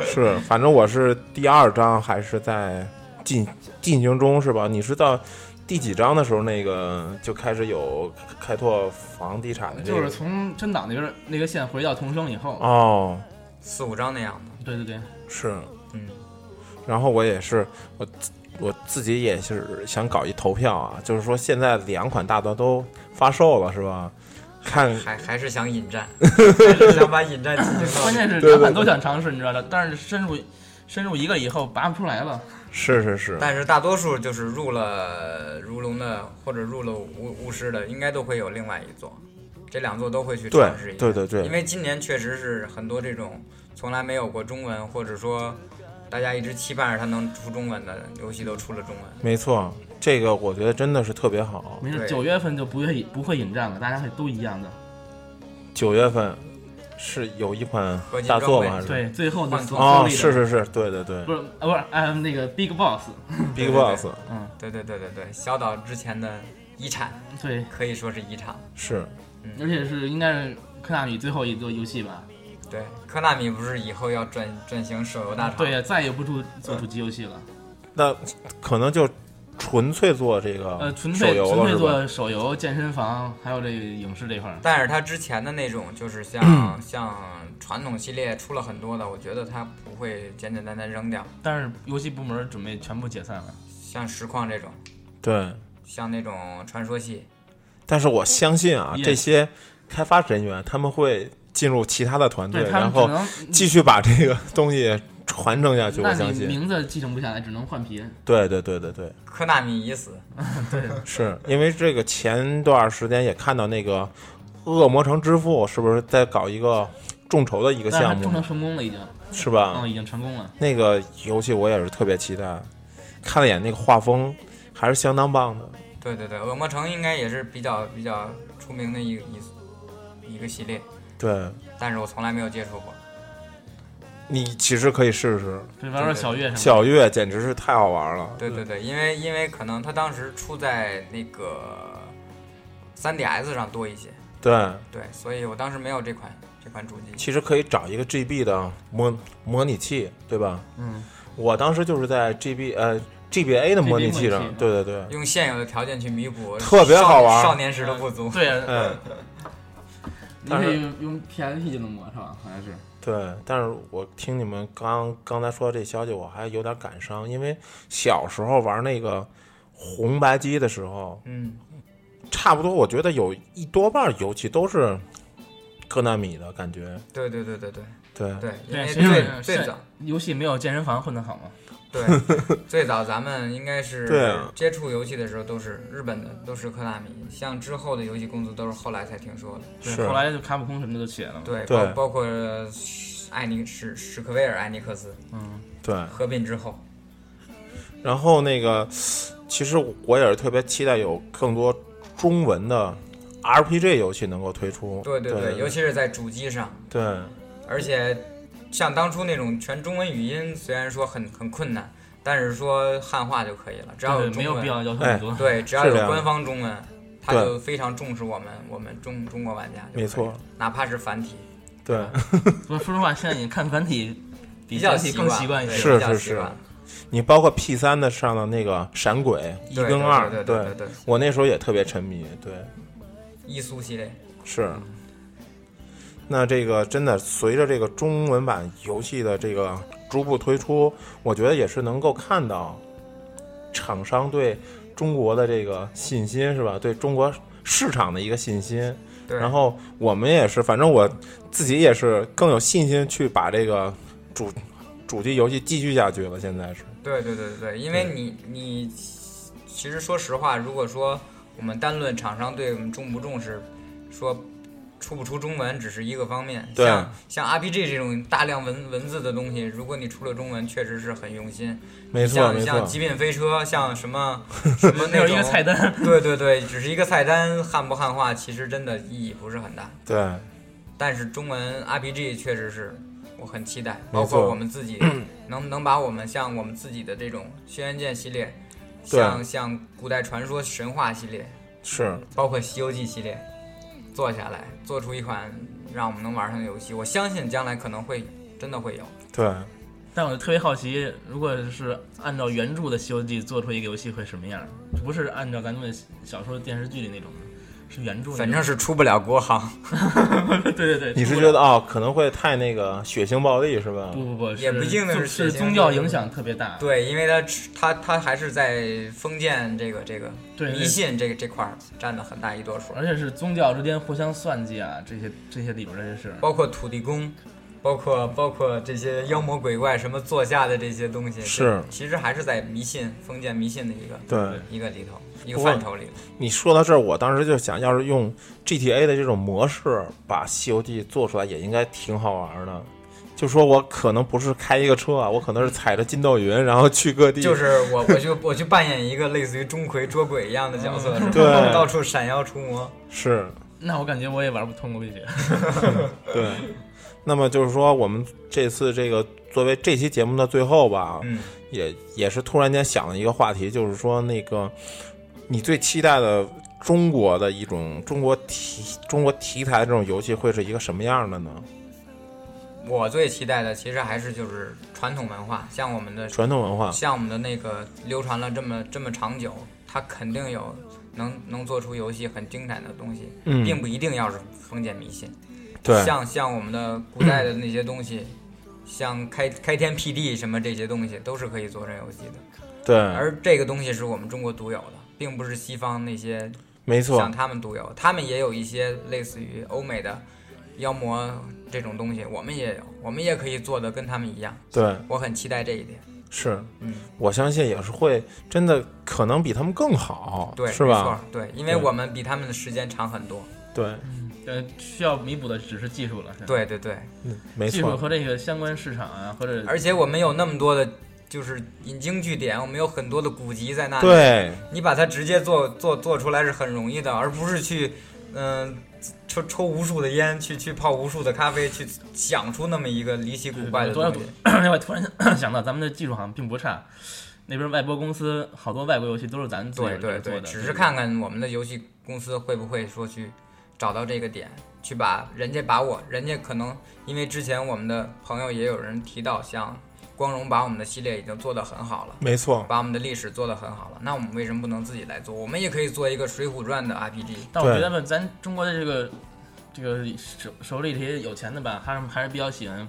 [SPEAKER 1] 是，反正我是第二章还是在进进行中是吧？你是到第几章的时候，那个就开始有开拓房地产的这个
[SPEAKER 2] 就是从真岛那边那个线回到桐生以后，
[SPEAKER 1] 哦，
[SPEAKER 3] 四五张那样的，
[SPEAKER 2] 对对对，
[SPEAKER 1] 是。
[SPEAKER 3] 嗯，
[SPEAKER 1] 然后我也是我自我自己也是想搞一投票啊，就是说现在两款大作都发售了是吧？看
[SPEAKER 3] 还还是想引 战，还是想把引战进行到
[SPEAKER 2] 关键
[SPEAKER 3] 底。
[SPEAKER 2] 是
[SPEAKER 1] 对对
[SPEAKER 2] 两款都想尝试，你知道的，但是深入深入一个以后拔不出来了。
[SPEAKER 1] 是是是，
[SPEAKER 3] 但是大多数就是入了如龙的或者入了巫巫师的，应该都会有另外一座，这两座都会去
[SPEAKER 1] 对
[SPEAKER 3] 尝试一下。
[SPEAKER 1] 对对对
[SPEAKER 3] 因，为今年确实是很多这种从来没有过中文，或者说大家一直期盼着它能出中文的游戏都出了中文。
[SPEAKER 1] 没错，这个我觉得真的是特别好。
[SPEAKER 2] 没事，
[SPEAKER 3] 对
[SPEAKER 2] 九月份就不会不会引战了，大家会都一样的。
[SPEAKER 1] 九月份是有一款
[SPEAKER 3] 合金
[SPEAKER 1] 大作
[SPEAKER 3] 装备
[SPEAKER 1] 吗？还是
[SPEAKER 2] 对，最后的
[SPEAKER 3] 换
[SPEAKER 2] 所
[SPEAKER 1] 哦
[SPEAKER 2] 有，力的
[SPEAKER 1] 是是是，对对对
[SPEAKER 2] 不是啊，不是，嗯，那个 Big Boss，
[SPEAKER 1] ，Big
[SPEAKER 3] 对对
[SPEAKER 1] Boss
[SPEAKER 2] 嗯，
[SPEAKER 3] 对对对对对，小岛之前的遗产
[SPEAKER 2] 对，
[SPEAKER 3] 可以说是遗产。
[SPEAKER 1] 是
[SPEAKER 2] 而且是应该是科纳米最后一座游戏吧？
[SPEAKER 3] 对，科纳米不是以后要转转型手游大厂？
[SPEAKER 2] 嗯对呀，再也不出做主机游戏了，
[SPEAKER 1] 嗯那可能就纯粹做这
[SPEAKER 2] 呃，
[SPEAKER 1] 个
[SPEAKER 2] 纯
[SPEAKER 1] 手
[SPEAKER 2] 粹
[SPEAKER 1] 游
[SPEAKER 2] 纯
[SPEAKER 1] 了
[SPEAKER 2] 粹
[SPEAKER 1] 是吧？
[SPEAKER 2] 做手游、健身房，还有这个影视这块儿。
[SPEAKER 3] 但是它之前的那种，就是像像传统系列出了很多的，我觉得它不会简简单单扔掉。
[SPEAKER 2] 但是游戏部门准备全部解散了，
[SPEAKER 3] 像实况这种，
[SPEAKER 1] 对，
[SPEAKER 3] 像那种传说系，
[SPEAKER 1] 但是我相信啊，
[SPEAKER 2] Yes
[SPEAKER 1] 这些开发人员他们会进入其他的团队，
[SPEAKER 2] 对他
[SPEAKER 1] 然
[SPEAKER 2] 们只
[SPEAKER 1] 后
[SPEAKER 2] 能。
[SPEAKER 1] 继续把这个东西传承下去。我
[SPEAKER 2] 那
[SPEAKER 1] 相
[SPEAKER 2] 你
[SPEAKER 1] 信，
[SPEAKER 2] 名字继承不下来，只能换皮。
[SPEAKER 1] 对对对对对。
[SPEAKER 3] 科纳米已死，
[SPEAKER 2] 对，
[SPEAKER 1] 是因为这个前段时间也看到那个《恶魔城之父》是不是在搞一个众筹的一个
[SPEAKER 2] 但是他
[SPEAKER 1] 项
[SPEAKER 2] 啊众
[SPEAKER 1] 目啊
[SPEAKER 2] 筹，成功了已经，
[SPEAKER 1] 是吧？
[SPEAKER 2] 嗯，已经成功了。
[SPEAKER 1] 那个游戏我也是特别期待，看了一眼那个画风，还是相当棒的。
[SPEAKER 3] 对对对，恶魔城应该也是比较比较出名的一个一一个系列，
[SPEAKER 1] 对
[SPEAKER 3] 但是我从来没有接触过。
[SPEAKER 1] 你其实可以试试，
[SPEAKER 2] 对，玩玩小月什么的。
[SPEAKER 1] 小月简直是太好玩了。
[SPEAKER 3] 对对对，因为因为可能它当时出在那个 3DS 上多一些，
[SPEAKER 1] 对，
[SPEAKER 3] 对，所以我当时没有这款这款主机。
[SPEAKER 1] 其实可以找一个 GB 的模模拟器，对吧？
[SPEAKER 2] 嗯，
[SPEAKER 1] 我当时就是在 GB 呃 GBA 的模拟器
[SPEAKER 2] 模拟
[SPEAKER 1] 上，
[SPEAKER 2] 器
[SPEAKER 1] 对对对，
[SPEAKER 3] 用现有的条件去弥补
[SPEAKER 1] 特别
[SPEAKER 3] 少
[SPEAKER 1] 好玩
[SPEAKER 3] 少年时的不足。
[SPEAKER 2] 对，
[SPEAKER 1] 嗯，
[SPEAKER 2] 你
[SPEAKER 1] 但
[SPEAKER 2] 可
[SPEAKER 1] 是
[SPEAKER 2] 以用用 PSP 就能磨是吧？好像是。
[SPEAKER 1] 对，但是我听你们刚刚才说这消息，我还有点感伤，因为小时候玩那个红白机的时候，
[SPEAKER 3] 嗯，
[SPEAKER 1] 差不多我觉得有一多半游戏都是科纳米的感觉。
[SPEAKER 3] 对对对对对
[SPEAKER 1] 对，
[SPEAKER 3] 对，因为
[SPEAKER 2] 谁
[SPEAKER 3] 最
[SPEAKER 2] 让
[SPEAKER 3] 最
[SPEAKER 2] 谁
[SPEAKER 3] 早
[SPEAKER 2] 游戏没有健身房混得好吗？
[SPEAKER 3] 对最早咱们应
[SPEAKER 1] 对
[SPEAKER 3] 该是
[SPEAKER 1] 啊
[SPEAKER 3] 接触游戏的时候都是日本的，都是科纳米，像之后的游戏公司都是后来才听说的。
[SPEAKER 2] 对
[SPEAKER 1] 是
[SPEAKER 2] 后来就卡普空什么的都起来了嘛。
[SPEAKER 3] 对，
[SPEAKER 1] 对
[SPEAKER 3] 包包括呃艾尼史史克威尔艾尼克斯
[SPEAKER 2] 嗯，
[SPEAKER 1] 对。
[SPEAKER 3] 合并之后，
[SPEAKER 1] 然后那个，其实我也是特别期待有更多中文的 RPG 游戏能够推出。
[SPEAKER 3] 对对
[SPEAKER 1] 对
[SPEAKER 3] 尤其是在主机上，
[SPEAKER 1] 对
[SPEAKER 3] 而且像当初那种全中文语音，虽然说很很困难，但是说汉化就可以了，只要
[SPEAKER 2] 对，
[SPEAKER 3] 有
[SPEAKER 2] 没
[SPEAKER 3] 中
[SPEAKER 2] 有
[SPEAKER 3] 文
[SPEAKER 2] 必要要求
[SPEAKER 1] 哎
[SPEAKER 2] 很多。
[SPEAKER 3] 对，只要
[SPEAKER 1] 是
[SPEAKER 3] 有
[SPEAKER 1] 这样的
[SPEAKER 3] 官方中文，他
[SPEAKER 1] 对
[SPEAKER 3] 就非常重视我们我们中中国玩家，
[SPEAKER 1] 没错，
[SPEAKER 3] 哪怕是繁体，
[SPEAKER 1] 对，
[SPEAKER 2] 不是，说实话，现在你看团体比
[SPEAKER 3] 比较
[SPEAKER 2] 整体更习
[SPEAKER 3] 习
[SPEAKER 2] 惯
[SPEAKER 3] 惯
[SPEAKER 2] 一
[SPEAKER 3] 对
[SPEAKER 2] 些。
[SPEAKER 1] 是
[SPEAKER 3] 比较
[SPEAKER 1] 是
[SPEAKER 3] 习
[SPEAKER 1] 是
[SPEAKER 3] 惯
[SPEAKER 1] 你包括 P 三的上的那个闪鬼一
[SPEAKER 3] 对
[SPEAKER 1] 跟
[SPEAKER 3] 对
[SPEAKER 1] 二，
[SPEAKER 3] 对对对对对
[SPEAKER 1] 我那时候也特别沉迷，对，
[SPEAKER 3] 艺术系列，
[SPEAKER 1] 是。那这个真的随着这个中文版游戏的这个逐步推出，我觉得也是能够看到厂商对中国的这个信心，是吧？对中国市场的一个信心。
[SPEAKER 3] 对，
[SPEAKER 1] 然后我们也是，反正我自己也是更有信心去把这个主主机游戏继续下去了。现在是，
[SPEAKER 3] 对对对对对，因为你你其实说实话，如果说我们单论厂商对我们重不重视，说出不出中文只是一个方面，
[SPEAKER 1] 对
[SPEAKER 3] 像像 RPG 这种大量文文字的东西，如果你出了中文，确实是很用心。
[SPEAKER 1] 没错
[SPEAKER 3] 像
[SPEAKER 1] 没
[SPEAKER 3] 像
[SPEAKER 1] 错，
[SPEAKER 3] 极品飞车，像什么什
[SPEAKER 2] 那
[SPEAKER 3] 么那
[SPEAKER 2] 有
[SPEAKER 3] 种
[SPEAKER 2] 一个菜，单，
[SPEAKER 3] 对对对，只是一个菜单，汉不汉化，其实真的意义不是很大。
[SPEAKER 1] 对
[SPEAKER 3] 但是中文 RPG 确实是我很期待，
[SPEAKER 1] 没
[SPEAKER 3] 包
[SPEAKER 1] 错
[SPEAKER 3] 括我们自 己能能把我们像我们自己的这种《轩辕剑》系列，
[SPEAKER 1] 对
[SPEAKER 3] 像像古代传说神话系列，
[SPEAKER 1] 是
[SPEAKER 3] 包括《西游记》系列，做下来做出一款让我们能玩上的游戏，我相信将来可能会真的会有。
[SPEAKER 1] 对。
[SPEAKER 2] 但我特别好奇，如果是按照原著的《西游记》做出一个游戏会什么样？不是按照咱们小说、电视剧里那种，是原著那种。
[SPEAKER 3] 反正是出不了国行，
[SPEAKER 2] 对 对对，
[SPEAKER 1] 你是
[SPEAKER 2] 出
[SPEAKER 1] 觉
[SPEAKER 2] 不了
[SPEAKER 1] 得哦，可能会太那个血腥暴力是吧？
[SPEAKER 2] 不不不，
[SPEAKER 3] 也不一定
[SPEAKER 2] 是
[SPEAKER 3] 是
[SPEAKER 2] 是
[SPEAKER 3] 血腥
[SPEAKER 2] 宗教影响特别大。
[SPEAKER 3] 对，因为它吃它它还是在封建这个这个
[SPEAKER 2] 对对
[SPEAKER 3] 迷信这个这块儿占了很大一多数，
[SPEAKER 2] 而且是宗教之间互相算计啊，这些这些里边儿这些事儿。
[SPEAKER 3] 包括土地公，包括包括这些妖魔鬼怪什么座下的这些东西，
[SPEAKER 1] 是
[SPEAKER 3] 这其实还是在迷信封建迷信的一个
[SPEAKER 1] 对，
[SPEAKER 3] 一个里头一个
[SPEAKER 1] 不过
[SPEAKER 3] 范畴里头。
[SPEAKER 1] 你说到这儿，我当时就想要是用 GTA 的这种模式把《西游记》做出来，也应该挺好玩的。就说我可能不是开一个车啊，我可能是踩着筋斗云，然后去各地。
[SPEAKER 3] 就是我，我就我去扮演一个类似于钟馗捉鬼一样的角色，是吧
[SPEAKER 1] 嗯对
[SPEAKER 3] 到处闪耀出魔。
[SPEAKER 1] 是
[SPEAKER 2] 那我感觉我也玩不通过这些。
[SPEAKER 1] 对。那么就是说，我们这次这个作为这期节目的最后吧，
[SPEAKER 3] 嗯，
[SPEAKER 1] 也也是突然间想了一个话题，就是说那个你最期待的中国的一种中国题中国题材的这种游戏会是一个什么样的呢？
[SPEAKER 3] 我最期待的其实还是就是传统文化，像我们的
[SPEAKER 1] 传统文化，
[SPEAKER 3] 像我们的那个流传了这么这么长久，它肯定有能能做出游戏很精彩的东西，
[SPEAKER 1] 嗯，
[SPEAKER 3] 并不一定要是封建迷信。
[SPEAKER 1] 对，
[SPEAKER 3] 像像我们的古代的那些东西， 像开开天辟地什么这些东西，都是可以做成游戏的。
[SPEAKER 1] 对，
[SPEAKER 3] 而这个东西是我们中国独有的，并不是西方那些
[SPEAKER 1] 没错
[SPEAKER 3] 像，他们独有，他们也有一些类似于欧美的妖魔这种东西，我们也有，我们也可以做的跟他们一样。
[SPEAKER 1] 对，
[SPEAKER 3] 我很期待这一点。
[SPEAKER 1] 是
[SPEAKER 3] 嗯，
[SPEAKER 1] 我相信也是会真的可能比他们更好，
[SPEAKER 3] 对，
[SPEAKER 1] 是
[SPEAKER 3] 没
[SPEAKER 1] 吧？
[SPEAKER 3] 错？对，因为
[SPEAKER 1] 对
[SPEAKER 3] 我们比他们的时间长很多。
[SPEAKER 1] 对，
[SPEAKER 2] 呃，需要弥补的只是技术了。现在，
[SPEAKER 3] 对对对，
[SPEAKER 1] 嗯没
[SPEAKER 2] 技术
[SPEAKER 1] 错，
[SPEAKER 2] 和这个相关市场啊，或者
[SPEAKER 3] 而且我们有那么多的，就是引经据典，我们有很多的古籍在那里。
[SPEAKER 1] 对，
[SPEAKER 3] 你把它直接做做做出来是很容易的，而不是去，嗯、抽抽无数的烟，去去泡无数的咖啡，去想出那么一个离奇古怪的
[SPEAKER 2] 对对
[SPEAKER 3] 东
[SPEAKER 2] 对
[SPEAKER 3] 西。
[SPEAKER 2] 另外突然 想到，咱们的技术好像并不差，那边外包公司好多外国游戏都是咱们自己
[SPEAKER 3] 对
[SPEAKER 2] 人
[SPEAKER 3] 对
[SPEAKER 2] 做
[SPEAKER 3] 对，
[SPEAKER 2] 的，
[SPEAKER 3] 只是看看我们的游戏公司会不会说去找到这个点，去把人家把我，人家可能因为之前我们的朋友也有人提到，像光荣把我们的系列已经做得很好了。
[SPEAKER 1] 没错，
[SPEAKER 3] 把我们的历史做得很好了，那我们为什么不能自己来做？我们也可以做一个《水浒传》的 RPG。
[SPEAKER 2] 但我觉
[SPEAKER 1] 对
[SPEAKER 2] 得吧，咱中国的这个这个手手里这些有钱的吧，还是还是比较喜欢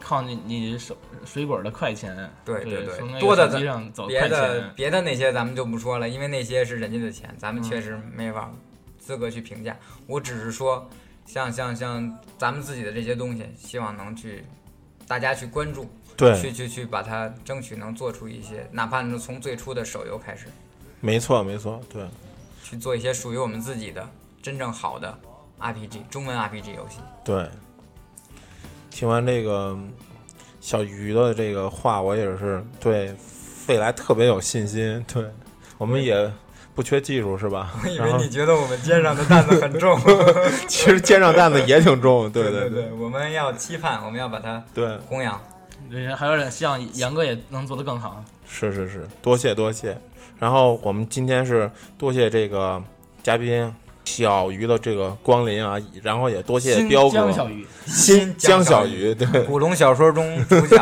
[SPEAKER 2] 靠你你手水果的快钱，
[SPEAKER 3] 对
[SPEAKER 2] 对
[SPEAKER 3] 对对
[SPEAKER 2] 从那个
[SPEAKER 3] 多的
[SPEAKER 2] 手机上走哦
[SPEAKER 3] 别
[SPEAKER 2] 快
[SPEAKER 3] 的
[SPEAKER 2] 钱。啊
[SPEAKER 3] 别的那些咱们就不说了，因为那些是人家的钱，咱
[SPEAKER 2] 嗯
[SPEAKER 3] 们确实没法资格去评价。我只是说，像像像咱们自己的这些东西，希望能去大家去关注，
[SPEAKER 1] 对，
[SPEAKER 3] 去去去把它争取能做出一些，哪怕是从最初的手游开始，
[SPEAKER 1] 没错，没错，对，
[SPEAKER 3] 去做一些属于我们自己的真正好的 RPG 中文 RPG 游戏。
[SPEAKER 1] 对。听完这个小鱼的这个话，我也是对未来特别有信心。对，我们也不缺技术，是吧？
[SPEAKER 3] 我以
[SPEAKER 1] 然
[SPEAKER 3] 为
[SPEAKER 1] 后
[SPEAKER 3] 你觉得我们肩上的担子很重，
[SPEAKER 1] 其实肩上担子也挺重，对 对
[SPEAKER 3] 对对，我们要期盼，我们要把它
[SPEAKER 1] 对，
[SPEAKER 3] 弘扬。
[SPEAKER 2] 对，还有点希望杨哥也能做得更好。
[SPEAKER 1] 是是是，多谢多谢。然后我们今天是多谢这个嘉宾小鱼的这个光临啊，然后也多谢
[SPEAKER 2] 新
[SPEAKER 1] 彪
[SPEAKER 2] 江
[SPEAKER 1] 哥，
[SPEAKER 2] 小鱼，
[SPEAKER 1] 新江
[SPEAKER 3] 江
[SPEAKER 1] 小
[SPEAKER 3] 小
[SPEAKER 1] 鱼，
[SPEAKER 3] 鱼
[SPEAKER 1] 对，
[SPEAKER 3] 古龙小说中主角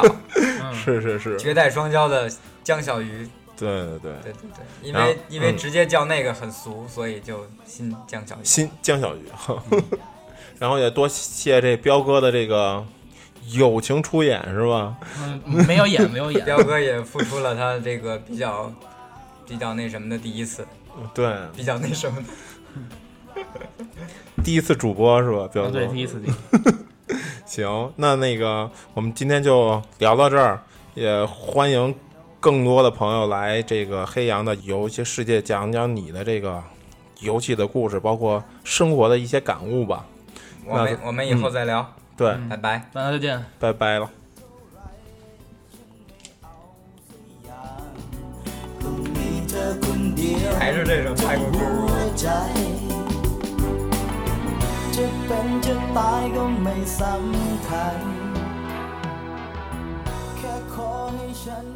[SPEAKER 2] 嗯，
[SPEAKER 1] 是是是，
[SPEAKER 3] 绝代双骄的江小鱼，
[SPEAKER 1] 对对对，
[SPEAKER 3] 对对对，因
[SPEAKER 1] 然后
[SPEAKER 3] 为因为
[SPEAKER 1] 嗯
[SPEAKER 3] 直接叫那个很俗，所以就新江小鱼。
[SPEAKER 1] 新江小鱼， 然后也多谢这彪哥的这个友情出演是吧？
[SPEAKER 2] 嗯没有演，没有演，
[SPEAKER 3] 彪哥也付出了他这个比较比较那什么的第一次，
[SPEAKER 1] 对，
[SPEAKER 3] 比较那什么的。
[SPEAKER 1] 第一次主播是吧？彪
[SPEAKER 2] 啊
[SPEAKER 1] 哥，
[SPEAKER 2] 对，第一次第一次
[SPEAKER 1] 行，那那个我们今天就聊到这儿，也欢迎更多的朋友来这个黑羊的游戏世界讲讲你的这个游戏的故事，包括生活的一些感悟吧。
[SPEAKER 3] 我们我们以后再聊，
[SPEAKER 1] 对，
[SPEAKER 2] 嗯
[SPEAKER 3] 拜拜。
[SPEAKER 2] 大家再见。
[SPEAKER 1] 拜拜了。
[SPEAKER 4] คงมีเธอคนเดียว
[SPEAKER 3] 还是这首泰国歌。
[SPEAKER 4] หัวใจ จะเป็นจะตายก็ไม่สำคัญ แค่ขอให้ฉัน